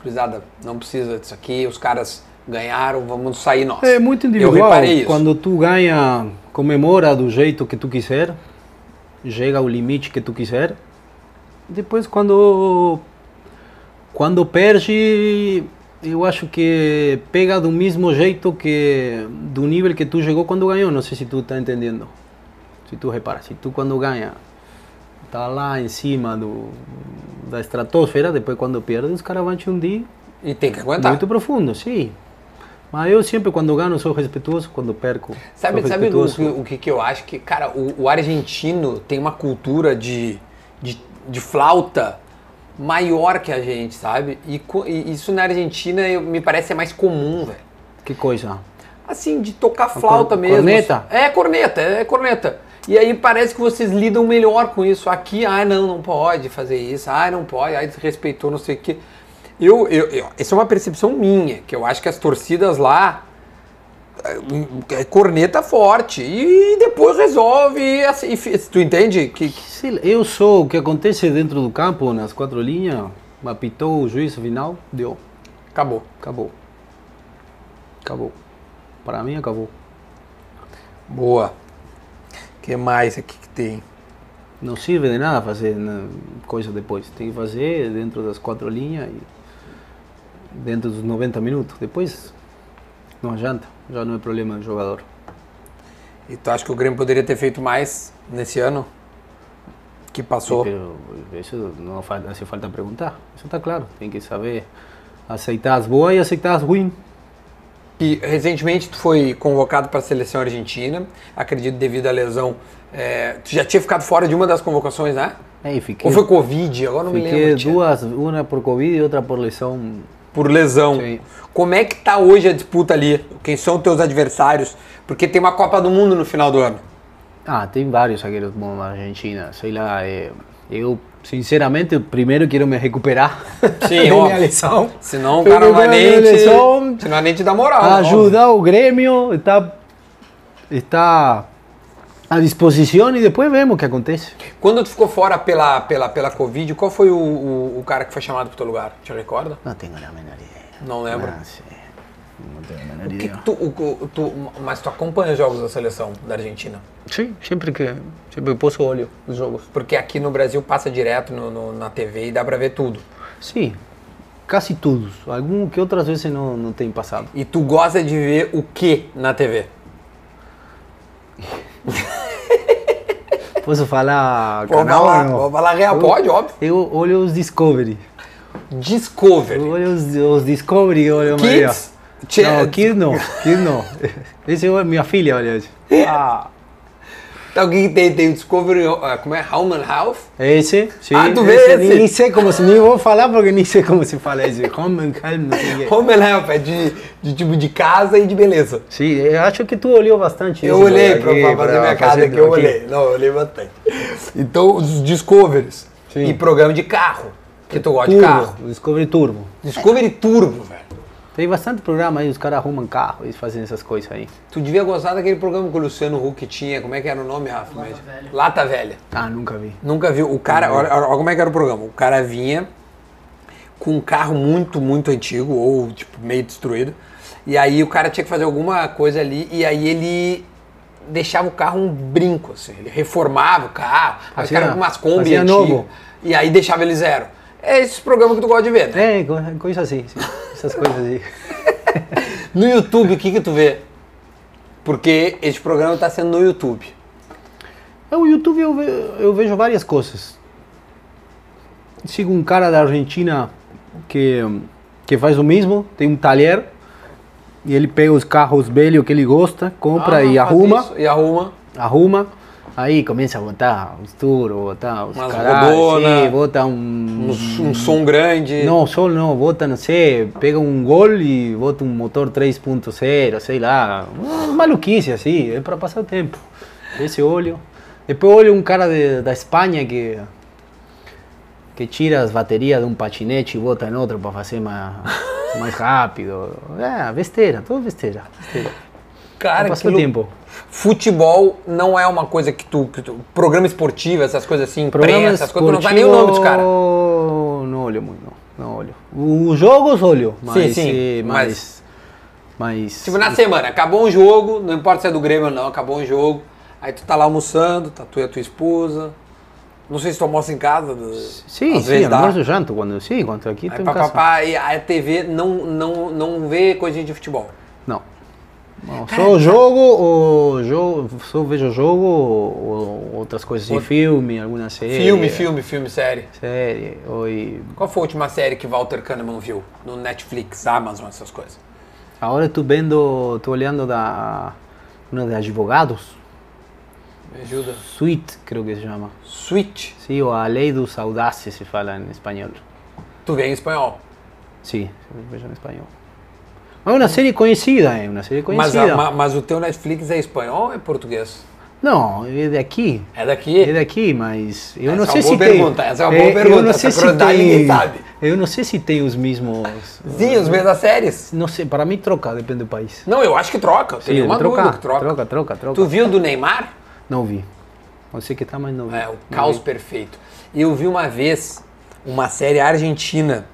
S2: Cruzada, não precisa disso aqui. Os caras ganharam, vamos sair nós.
S1: É muito individual.
S2: Eu reparei isso.
S1: Quando tu ganha, comemora do jeito que tu quiser, chega ao limite que tu quiser. Depois, quando quando perde, eu acho que pega do mesmo jeito que do nível que tu chegou quando ganhou. Não sei se tu tá entendendo. Se tu repara, se tu quando ganha tá lá em cima do, da estratosfera, depois quando perde, os caras vão te hundir
S2: E tem que aguentar.
S1: muito profundo, sim. Mas eu sempre, quando gano, sou respeitoso, quando perco.
S2: Sabe,
S1: sou
S2: sabe o,
S1: respeitoso.
S2: que, o que que eu acho? Que, cara, o, o argentino tem uma cultura de, de, de flauta maior que a gente, sabe? E, co- e isso na Argentina eu- me parece é mais comum, velho.
S1: Que coisa.
S2: Assim, de tocar flauta
S1: cor-
S2: mesmo.
S1: corneta?
S2: É, corneta, é corneta. E aí parece que vocês lidam melhor com isso. Aqui, ah, não, não pode fazer isso. Ah, não pode, ah, desrespeitou, não sei o quê. Eu, eu, eu, essa é uma percepção minha, que eu acho que as torcidas lá é, é corneta forte e depois resolve e assim, e fi- tu entende que que-
S1: Sei lá, Eu sou o que acontece dentro do campo, nas quatro linhas, apitou o juiz final, deu.
S2: acabou
S1: Acabou. Acabou. Para mim, acabou.
S2: boa que mais aqui que tem
S1: Não serve de nada fazer né, coisa depois. Tem que fazer dentro das quatro linhas e dentro dos 90 minutos. Depois, não adianta. Já não é problema do jogador.
S2: e tu acha que o Grêmio poderia ter feito mais nesse ano que passou.
S1: Pero eso no fa- hace falta preguntar, eso está claro. Tem que saber aceitar as boas e aceitar as ruins.
S2: E recentemente tu foi convocado para a seleção argentina, acredito devido à lesão. é, tu já tinha ficado fora de uma das convocações, né?
S1: É, e fiquei,
S2: Ou foi Covid? Agora não me
S1: fiquei
S2: lembro. tia.
S1: duas, uma por Covid e outra por lesão.
S2: Por lesão.
S1: Sim.
S2: Como é que tá hoje a disputa ali? Quem são teus adversários? Porque tem uma Copa do Mundo no final do ano.
S1: Ah, tem vários zagueiros bons na Argentina, sei lá, eh, eu sinceramente primeiro quero me recuperar
S2: Sim,
S1: da minha
S2: óbvio.
S1: lesão.
S2: Senão o
S1: Eu
S2: cara não vai
S1: recuperar
S2: nem
S1: minha
S2: te,
S1: lesão,
S2: senão nem te dá moral. óbvio.
S1: ajudar o Grêmio, está, está à disposição e depois vemos o que acontece.
S2: Quando tu ficou fora pela, pela, pela Covid, qual foi o, o, o cara que foi chamado pro teu lugar? Te recorda?
S1: Não tenho a menor ideia.
S2: Não lembro.
S1: Ah, sim. Não tenho a menor
S2: O que que
S1: ideia.
S2: tu, o- o- tu- mas tu acompanha os jogos da seleção da Argentina?
S1: Sim, sempre que sempre eu posso olho os jogos.
S2: Porque aqui no Brasil passa direto no- no- na TV e dá pra ver tudo.
S1: Sim, quase todos. Algum que outras vezes não, não tem passado.
S2: E tu gosta de ver o que na TV?
S1: Posso falar
S2: Vou
S1: canal
S2: falar,
S1: ou não?
S2: vou falar real.
S1: Eu-
S2: Pode, óbvio.
S1: Eu olho os Discovery. Eu
S2: Discovery.
S1: olho os, os Discovery, eu olho Maria.
S2: Kids. Tchê-
S1: Não, Kids não, Kids não. Esse é minha filha, olha hoje. Ah,
S2: Então o que, que tem? Tem o Discovery, ah, como é? Home and Health?
S1: É esse, sim.
S2: Ah, tu vê
S1: nem-
S2: esse?
S1: Nem sei como se, nem vou falar porque nem sei como se fala esse. Home and Calm, não sei o quê.
S2: Home and Health é de, de tipo de casa e de beleza.
S1: Sim, eu acho que tu olhou bastante.
S2: Eu
S1: esse
S2: olhei
S1: aqui
S2: pra, pra fazer minha casa
S1: fazer
S2: aqui, eu
S1: aqui.
S2: olhei. Não, eu olhei bastante. Então, os Discoveries
S1: Sim.
S2: e programa de carro, que tu gosta de carro.
S1: Turbo, Discovery Turbo.
S2: Discovery Turbo, velho.
S1: Tem bastante programa aí, os caras arrumam carro, eles fazem essas coisas aí.
S2: Tu devia gostar daquele programa que o Luciano Huck tinha, como é que era o nome, Rafa? Lata Velha. Lata Velha.
S1: Ah, nunca vi.
S2: Nunca viu. O cara, olha, olha- olha como é que era o programa. O cara vinha com um carro muito, muito antigo, ou tipo, meio destruído. E aí o cara tinha que fazer alguma coisa ali, e aí ele deixava o carro um brinco, assim. Ele reformava o carro, aí o
S1: Fazia-
S2: cara com umas Kombi
S1: fazia
S2: antigas.
S1: novo.
S2: E aí deixava ele zero. É esse programa que tu gosta de ver, né?
S1: É, co- coisa assim, sim. essas coisas aí.
S2: No YouTube, o que que tu vê? Porque esse programa tá sendo no YouTube.
S1: É, O YouTube eu, ve- eu vejo várias coisas. Sigo um cara da Argentina que, que faz o mesmo, tem um talher, e ele pega os carros velhos que ele gosta, compra
S2: Ah,
S1: e
S2: faz
S1: arruma,
S2: isso, E arruma.
S1: arruma, aí começa a botar os turos, botar os
S2: Umas
S1: caras,
S2: rodona.
S1: sim, bota um...
S2: Um, s- um som grande.
S1: Não, sol não, bota, não sei, pega um gol e bota um motor 3.0, sei lá. Uma maluquice assim, é para passar o tempo. Esse olho. Depois olho um cara de- da Espanha que que tira as baterias de um patinete e bota em outro para fazer mais, mais rápido. Ah, É, besteira, tudo besteira. besteira.
S2: Cara,
S1: Passa o
S2: lou-
S1: tempo.
S2: Futebol não é uma coisa que tu, que tu- Programa esportivo, essas coisas assim, imprensa, essas coisas, tu não sabe nem o nome dos caras.
S1: esportivo, Não olho muito, não. Não olho. Os jogos olho, mas...
S2: sim,
S1: eh,
S2: mas-
S1: mas... mas
S2: Tipo, na semana, acabou um jogo, não importa se é do Grêmio ou não, acabou um jogo. Aí tu tá lá almoçando, tá tu e a tua esposa. Não sei se tu almoça em casa. do-
S1: Sim, sim,
S2: às vezes dá.
S1: almoço, janto, quando sim, quando aqui
S2: Aí
S1: estou em
S2: pá, pá,
S1: casa.
S2: pá, e aí a TV não, não, não vê coisinha de futebol.
S1: Não. Não, só jogo ou jogo, só vejo jogo ou, ou outras coisas de filme, alguma série.
S2: Filme, filme, filme, série.
S1: Série, ou e-
S2: Qual foi a última série que Walter Kahneman viu? No Netflix, Amazon, essas coisas.
S1: Agora estou vendo, estou olhando da uma de advogados,
S2: Me ajuda.
S1: Suite, creio que se chama.
S2: Switch.
S1: Sim, ou a lei dos audaces se fala em espanhol.
S2: Tu vê em espanhol.
S1: Sim, vejo em espanhol. É uma série conhecida, é uma série
S2: Oh. Mas,
S1: conhecida.
S2: a- ma- mas o teu Netflix é espanhol ou é português?
S1: Não, é daqui.
S2: É daqui?
S1: É daqui, mas eu
S2: Essa
S1: não
S2: é uma
S1: sei
S2: boa
S1: se tem.
S2: pergunta, essa é uma boa
S1: eu
S2: pergunta,
S1: não sei
S2: essa
S1: se
S2: curiosidade
S1: tem-
S2: ninguém sabe.
S1: Eu não sei se tem os mesmos.
S2: Sim, os mesmas séries.
S1: Não sei, para mim troca, depende do país.
S2: Não, eu acho que troca. Tem uma dúvida que troca.
S1: troca, troca, troca.
S2: Tu viu do Neymar?
S1: Não vi. Não sei que tá, mas não vi.
S2: É, o caos perfeito. Eu vi uma vez uma série argentina.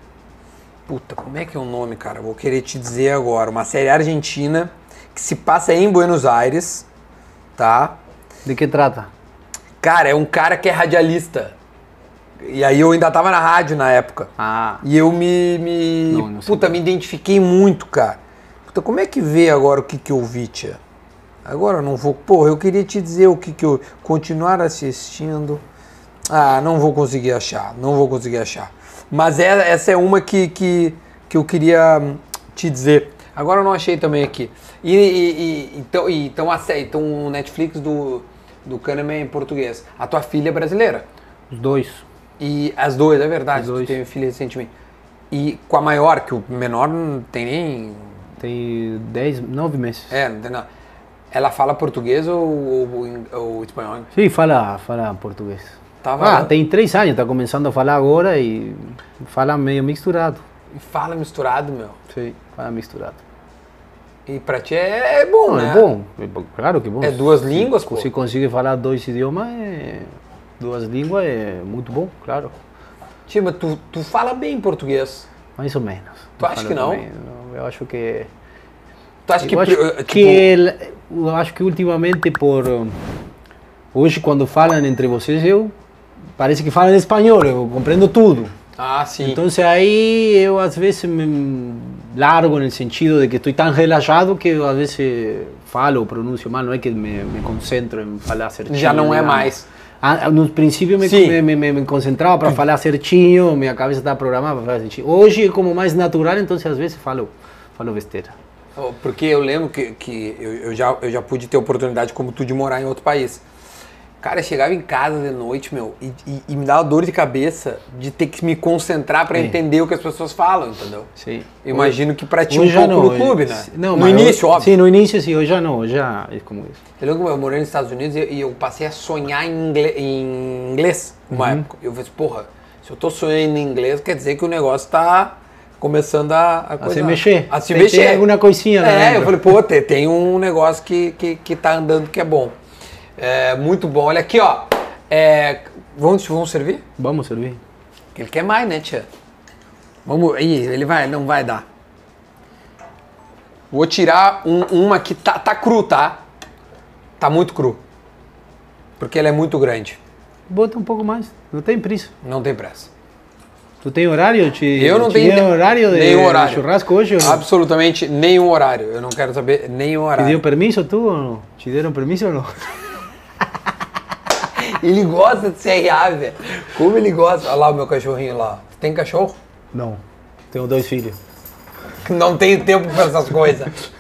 S2: Puta, como é que é o nome, cara? Vou querer te dizer agora. Uma série argentina que se passa em Buenos Aires, tá?
S1: De que trata?
S2: Cara, é um cara que é radialista. E aí eu ainda tava na rádio na época.
S1: Ah,
S2: E eu me. me-
S1: Não, não sei
S2: puta, me identifiquei muito, cara. Puta, como é que vê agora o que, que eu vi, tia? Agora eu não vou. Porra, eu queria te dizer o que, que eu. Continuar assistindo. Ah, não vou conseguir achar, não vou conseguir achar. Mas é- essa é uma que, que, que eu queria hum, te dizer. Agora eu não achei também aqui. E, e- e- então, e- então, a sé- então o Netflix do, do Kahneman é em português. A tua filha é brasileira.
S1: Os dois.
S2: E as duas, é verdade,
S1: As
S2: tu
S1: duas.
S2: teve filha recentemente. E com a maior, que o menor não tem nem.
S1: Tem 10, 9 meses.
S2: É, não tem nada. Ela fala português ou, ou, in- ou espanhol?
S1: Sí, fala, fala português.
S2: Tava
S1: Ah,
S2: lá.
S1: tem 3 anos, está começando a falar agora e fala meio misturado.
S2: E fala misturado, meu.
S1: Sim, fala misturado.
S2: E pra ti é, é bom,
S1: Não,
S2: né?
S1: é bom, é bom, claro que é bom.
S2: É duas línguas, pô.
S1: Se conseguir falar dois idiomas, é- duas línguas é muito bom, claro.
S2: Tiba, Tipo, tu, tu fala bem português.
S1: Mais ou menos.
S2: Tu acha
S1: Falo
S2: que não?
S1: também, Eu acho que
S2: Tu acha que.
S1: eu acho
S2: pri- eh,
S1: que el- eu acho que ultimamente por hum, hoje quando falam entre vocês eu parece que falam espanhol, eu compreendo tudo.
S2: Ah, sim.
S1: Então aí eu às vezes me largo no sentido de que estou tão relaxado que eu, às vezes falo ou pronuncio mal, não é que me, me concentro em falar certinho.
S2: Já não é
S1: né?
S2: mais.
S1: Ah, no princípio me,
S2: Sim.
S1: me, me, me concentrava para falar certinho, minha cabeça estava programada para falar certinho. Hoje é como mais natural, então às vezes falo, falo besteira.
S2: Oh, Porque eu lembro que, que eu, eu já, eu já pude ter oportunidade, como tu, de morar em outro país. Cara, eu chegava em casa de noite, meu, e, e- e me dava dor de cabeça de ter que me concentrar pra entender o que as pessoas falam, entendeu?
S1: Sim.
S2: Imagino que pra ti um
S1: Hoje já
S2: pouco
S1: não.
S2: no clube, né?
S1: se- Não,
S2: no
S1: mas
S2: início,
S1: eu,
S2: óbvio.
S1: Sim, eh, no início sim, hoje já não, hoje já é como isso.
S2: Eu lembro que eu morei nos Estados Unidos e, e eu passei a sonhar em ingle- em inglês, uma
S1: Uhum.
S2: época. Eu falei, assim, porra, se eu tô sonhando em inglês, quer dizer que o negócio tá começando a, a, coisa-
S1: mexer.
S2: A se
S1: Tem-
S2: mexer.
S1: tem alguma coisinha né, lá
S2: É,
S1: dentro.
S2: eu falei, pô, tem, tem um negócio que, que, que tá andando que é bom. É, muito bom. Olha aqui, ó. É, vamos, vamos servir?
S1: Vamos servir.
S2: Porque ele quer mais, né, tia? Vamos. Ih, ele vai, não vai dar. Vou tirar um- uma que tá, tá cru, tá? Tá muito cru. Porque ela é muito grande.
S1: Bota um pouco mais, não tem prisa.
S2: Não tem pressa.
S1: Tu tem horário? Te,
S2: Eu não
S1: te
S2: tenho
S1: deu horário de
S2: nenhum horário.
S1: churrasco hoje? ou não?
S2: Absolutamente nenhum horário. Eu não quero saber nenhum
S1: Te
S2: horário.
S1: deu permiso tu ou não? Te deram permiso ou não?
S2: Ele gosta de CRA, velho. Como ele gosta. Olha lá o meu cachorrinho lá. Tem cachorro?
S1: Não. Tenho dois filhos.
S2: Não tenho tempo para essas coisas.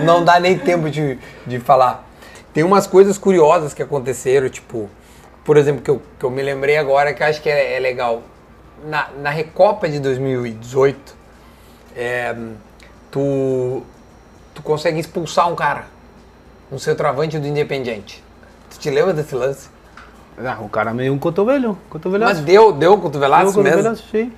S2: Não dá nem tempo de, de falar. Tem umas coisas curiosas que aconteceram, tipo, por exemplo, que eu, que eu me lembrei agora que eu acho que é, é legal. Na, na Recopa de 2018, é, tu, tu consegue expulsar um cara, um centroavante do Independiente. Tu te lembra desse lance?
S1: Ah, o cara me deu um cotovelo.
S2: Mas
S1: Cotovelaço.
S2: deu, deu
S1: Deu um
S2: cotovelaço mesmo.
S1: cotovelaço, sim.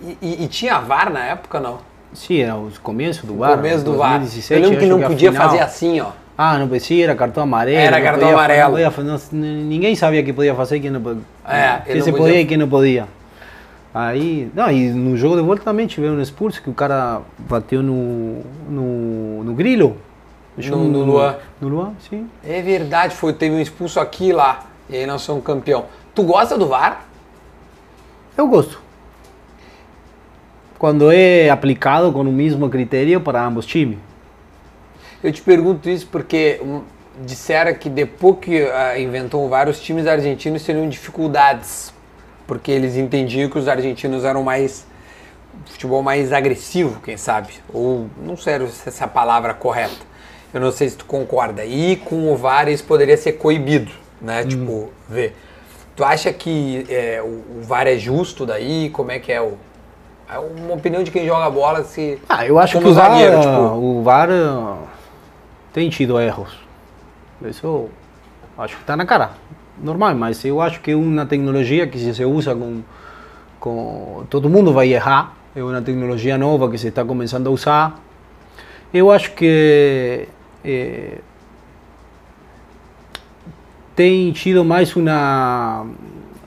S2: E, e- e tinha VAR na época, não?
S1: Sim, era os começos do né?
S2: No
S1: bar.
S2: começo do VAR. Eu
S1: 2017,
S2: lembro que
S1: acho é
S2: não
S1: a
S2: podia
S1: final-
S2: fazer assim, ó.
S1: Ah, não podia, era cartão amarelo.
S2: Era
S1: não
S2: cartão
S1: podia-
S2: amarelo.
S1: não podia fa- não- n- ninguém sabia que podia fazer e que não podia.
S2: É, ele
S1: que
S2: não
S1: se
S2: podia.
S1: podia e que não podia. Aí, não, e no jogo de volta também tiveram um expulso que o cara bateu no, no, no grilo.
S2: No- no Luan.
S1: No Luan, sim.
S2: É verdade, foi, teve um expulso aqui e lá. E aí nós somos campeão. Tu gosta do VAR?
S1: Eu É gosto. Quando é aplicado com o mesmo critério para ambos times.
S2: Eu te pergunto isso porque hum, disseram que depois que ah, inventou o VAR, os times argentinos teriam dificuldades. Porque eles entendiam que os argentinos eram mais. futebol mais agressivo, quem sabe. Ou não sei se essa é a palavra correta. Eu não sei se tu concorda. E com o VAR isso poderia ser coibido,
S1: Hum.
S2: né? Tipo, ver. Tu acha que é, o, o VAR é justo daí? Como é que é o. É uma opinião de quem joga bola se.
S1: Ah, eu acho
S2: como
S1: que o VAR,
S2: zagueiro, tipo.
S1: o VAR ah, tem tido erros. Isso eu acho que está na cara. Normal, mas eu acho que é uma tecnologia que se se usa com, com... Todo mundo vai errar. É uma tecnologia nova que se está começando a usar. Eu acho que eh, tem tido mais uma...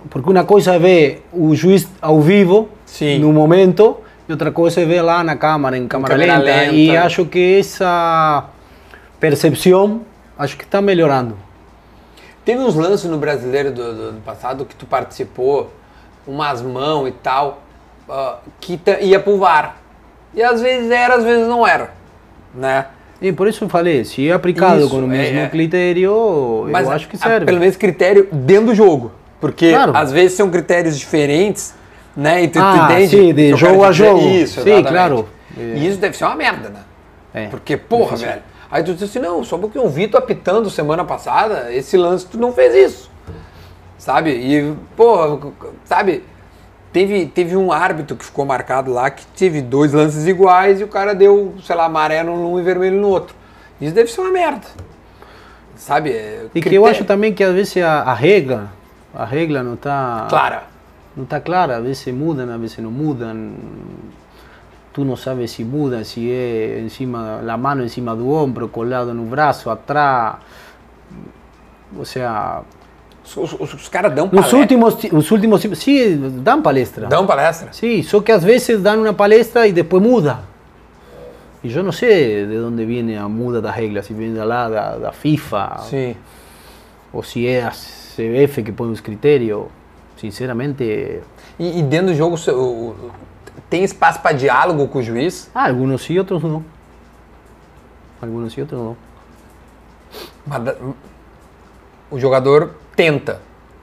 S1: Porque uma coisa é ver o juiz ao vivo,
S2: Sim.
S1: no momento, e outra coisa é ver lá na câmara, em câmera,
S2: câmera
S1: lenta,
S2: lenta.
S1: E acho que essa percepção, acho que está melhorando.
S2: Teve uns lances no brasileiro do, do ano passado que tu participou, umas mãos e tal, ah, que ta- ia pro VAR. E às vezes era, às vezes não era. Né?
S1: E por isso eu falei, se é aplicado
S2: Isso,
S1: com o mesmo
S2: é, é.
S1: critério, eu acho que
S2: ah,
S1: serve.
S2: pelo menos critério dentro do jogo. Porque
S1: Claro.
S2: às vezes são critérios diferentes, né? E tu, tu
S1: Ah,
S2: entende?
S1: sim, de
S2: O que eu
S1: jogo
S2: quero
S1: a
S2: dizer.
S1: jogo.
S2: Isso,
S1: Sim,
S2: exatamente.
S1: claro. É.
S2: E isso deve ser uma merda, né?
S1: É.
S2: Porque, porra, velho. Aí tu diz assim, não, só porque eu vi tu apitando semana passada, esse lance tu não fez isso. Sabe? E, porra, sabe? Teve, teve um árbitro que ficou marcado lá que teve dois lances iguais e o cara deu, sei lá, amarelo num e vermelho no outro. Isso deve ser uma merda. Sabe? É
S1: E que
S2: critério.
S1: eu acho também que às vezes a, a regra, a regra não está
S2: Clara.
S1: não tá clara, às vezes mudam, às vezes não mudam. Tu não sabes se muda, se é em cima, la mano em cima do ombro, colado no braço, atrás. Ou seja,
S2: Os, os- os caras dão
S1: nos
S2: palestra.
S1: últimos, ti- os últimos, ti- sim, dão palestra.
S2: Dão palestra.
S1: Sí, só que às vezes dão uma palestra e depois muda. E eu não sei de onde vem a muda da regra, se vem da lá da, da FIFA,
S2: Sim.
S1: ou se é a CBF que põe os critérios. Sinceramente,
S2: E, e dentro do jogo o- o- tem espaço para diálogo com o juiz?
S1: ah, algunos sí, otros no. Algunos sí, otros no.
S2: Mas da- o jogador tenta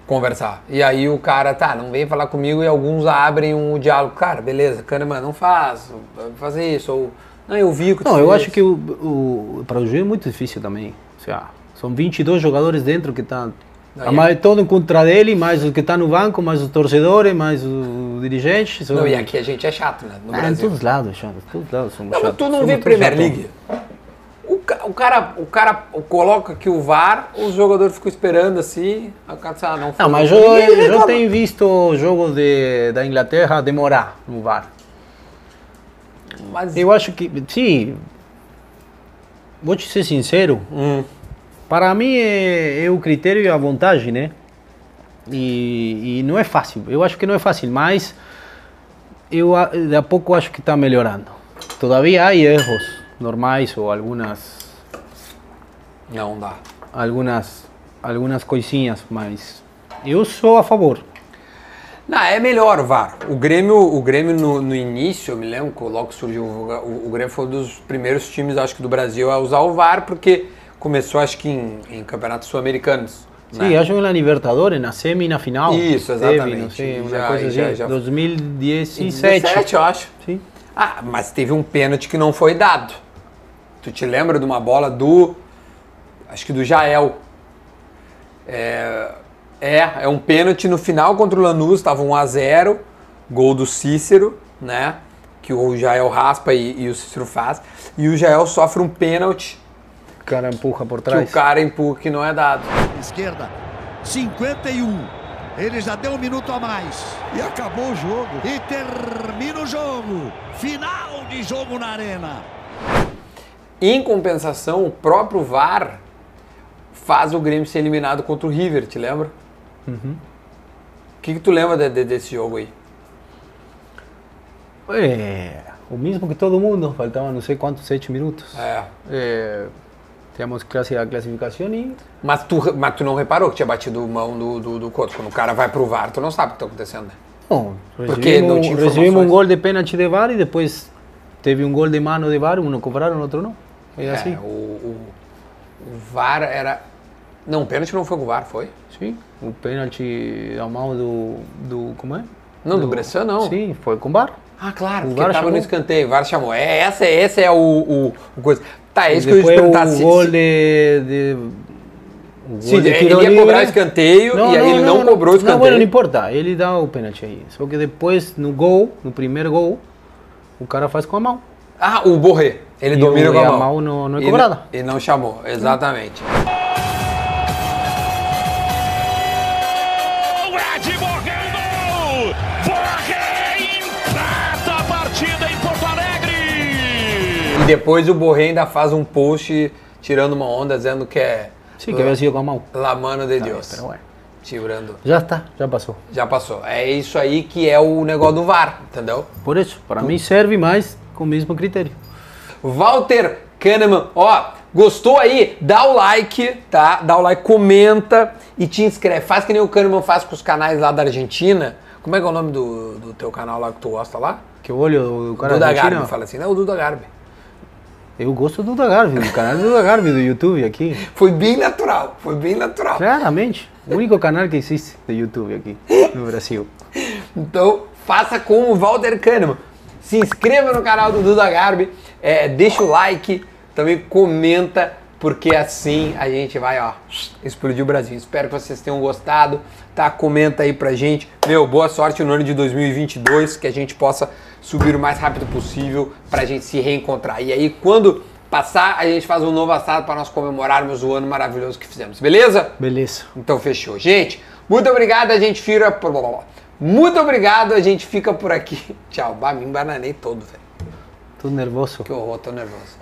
S2: conversar. E aí o cara, tá, não vem falar comigo e alguns abrem um diálogo. Cara, beleza, Kahneman, não faz, fazer isso. Ou, não, eu vi o que tu
S1: Não, eu
S2: fez."
S1: acho que o, o, para o juiz é muito difícil também. O sea, são 22 jogadores dentro que estão.
S2: Não, e-
S1: Todo em contra dele, mais os que estão no banco, mais os torcedores, mais os dirigentes.
S2: Não,
S1: são-
S2: e aqui a gente é chato, né? No
S1: Ah, em
S2: Brasil.
S1: todos os lados, Xander, todos os lados somos
S2: Não, mas
S1: chatos.
S2: tu não
S1: Somos
S2: vê
S1: todos
S2: Premier
S1: chatão.
S2: League. O, ca- o cara, o cara coloca que o VAR, os jogadores ficam esperando assim, aí o cara diz, ah, não foi.
S1: Não, mas eu,
S2: Ninguém
S1: eu
S2: reclama.
S1: tenho visto jogos de, da Inglaterra demorar no VAR.
S2: Mas-
S1: Eu acho que, sim, vou te ser sincero,
S2: Hum.
S1: para mim é, é o critério e a vontade, né? E, e não é fácil, eu acho que não é fácil, mas eu a- de a pouco acho que está melhorando. Todavia há erros normais ou algumas
S2: Não dá.
S1: algumas algumas coisinhas, mas eu sou a favor.
S2: Não, é melhor o VAR. O Grêmio, o Grêmio no, no início, eu me lembro, que logo que surgiu o VAR, o, o Grêmio foi um dos primeiros times, acho que do Brasil, a usar o VAR, porque começou, acho que em, em campeonatos sul-americanos.
S1: Sí,
S2: né?
S1: acho que na Libertadores, na semi e na final.
S2: Isso,
S1: Teve, não
S2: exatamente.
S1: sei, uma
S2: Já-
S1: coisa
S2: já-
S1: assim,
S2: já-
S1: 2017.
S2: 17, eu acho.
S1: Sim.
S2: Ah, mas teve um pênalti que não foi dado. Tu te lembra de uma bola do. Acho que do Jael. É, é, é um pênalti no final contra o Lanús, estava 1x0, gol do Cícero, né? Que o Jael raspa e, e o Cícero faz. E o Jael sofre um pênalti
S1: O cara empurra por
S2: que o
S1: trás.
S2: cara empurra que não é dado.
S3: esquerda, 51. Ele já deu um minuto a mais. E acabou o jogo. E termina o jogo. Final de jogo na Arena.
S2: Em compensação, o próprio VAR faz o Grêmio ser eliminado contra o River, te lembra?
S1: Uhum.
S2: O que, que tu lembra de- de- desse jogo aí?
S1: É, Eh, o mesmo que todo mundo, faltavam não sei quantos, sete minutos. Eh,
S2: É.
S1: É, temos classe a classificação e
S2: Mas tu, mas tu não reparou que tinha batido mão do, do, do Couto. Quando o cara vai pro VAR, tu não sabe o que tá acontecendo, né?
S1: Bom,
S2: Porque não
S1: recebemos,
S2: tinha
S1: recebemos um
S2: informações.
S1: gol de pênalti de VAR e depois teve um gol de mano de VAR, um cobraram, outro não. É assim.
S2: o, o, o VAR era... Não, o pênalti não foi com o VAR, foi?
S1: Sim, o pênalti a mão do, do. Como é?
S2: Não, do Bressan, não.
S1: Sim, foi com VAR.
S2: Ah, claro,
S1: O
S2: porque
S1: VAR
S2: tava no
S1: chamou.
S2: escanteio, o VAR chamou. É, essa, essa é o, o, o coisa. Tá, é isso que eu ia te
S1: Depois
S2: perguntar.
S1: o
S2: se-
S1: gol
S2: se-
S1: de, de- o gol
S2: Sim,
S1: de
S2: ele
S1: tiro
S2: ia
S1: livre.
S2: cobrar escanteio e aí ele não cobrou
S1: Não, bueno,
S2: o escanteio.
S1: não importa, ele dá o pênalti aí. Só que depois, no gol, no primeiro gol, o cara faz com a mão.
S2: Ah, o Borré. Ele
S1: E
S2: domina
S1: o-
S2: com a
S1: e a
S2: mão.
S1: mão não- não é
S2: E
S1: cobrada.
S2: não- E não chamou, exatamente.
S4: Red morrendo! Borré empata a partida em Porto Alegre!
S2: E depois o Borré ainda faz um post tirando uma onda, dizendo que é...
S1: Sim, Tá, então é. que havia sido com a mão.
S2: La mano de Deus.
S1: Pero bueno,
S2: Tirando.
S1: já está, já passou.
S2: Já passou. É isso aí que é o negócio do VAR, entendeu?
S1: Por isso, para mim serve mais com o mesmo critério.
S2: Walter Kahneman, ó, gostou aí? Dá o like, tá? Dá o like, comenta e te inscreve. Faz que nem o Kahneman faz com os canais lá da Argentina. Como é que é o nome do, do teu canal lá que tu gosta lá?
S1: Que é o olho do cara
S2: Duda
S1: argentino-
S2: né? Garbi, fala assim, não, o Duda Garbi.
S1: Eu gosto do Duda Garbi, do canal do Duda Garbi do YouTube aqui.
S2: Foi bem natural, foi bem natural.
S1: Claramente. O único canal que existe do YouTube aqui no Brasil.
S2: Então, faça como o Walter Kahneman. Se inscreva no canal do Duda Garbi, é, deixa o like, também comenta, porque assim a gente vai, ó, explodir o Brasil. Espero que vocês tenham gostado, tá? Comenta aí pra gente. Meu, boa sorte no ano de 2022, que a gente possa subir o mais rápido possível pra gente se reencontrar. E aí, quando passar, a gente faz um novo assado pra nós comemorarmos o ano maravilhoso que fizemos, beleza?
S1: Beleza.
S2: Então fechou. Gente, muito obrigado, a gente fica. blá, blá, blá. Muito obrigado, a gente fica por aqui. Tchau. Bah, me embananei todo, velho.
S1: Tô nervoso.
S2: Que horror, tô nervoso.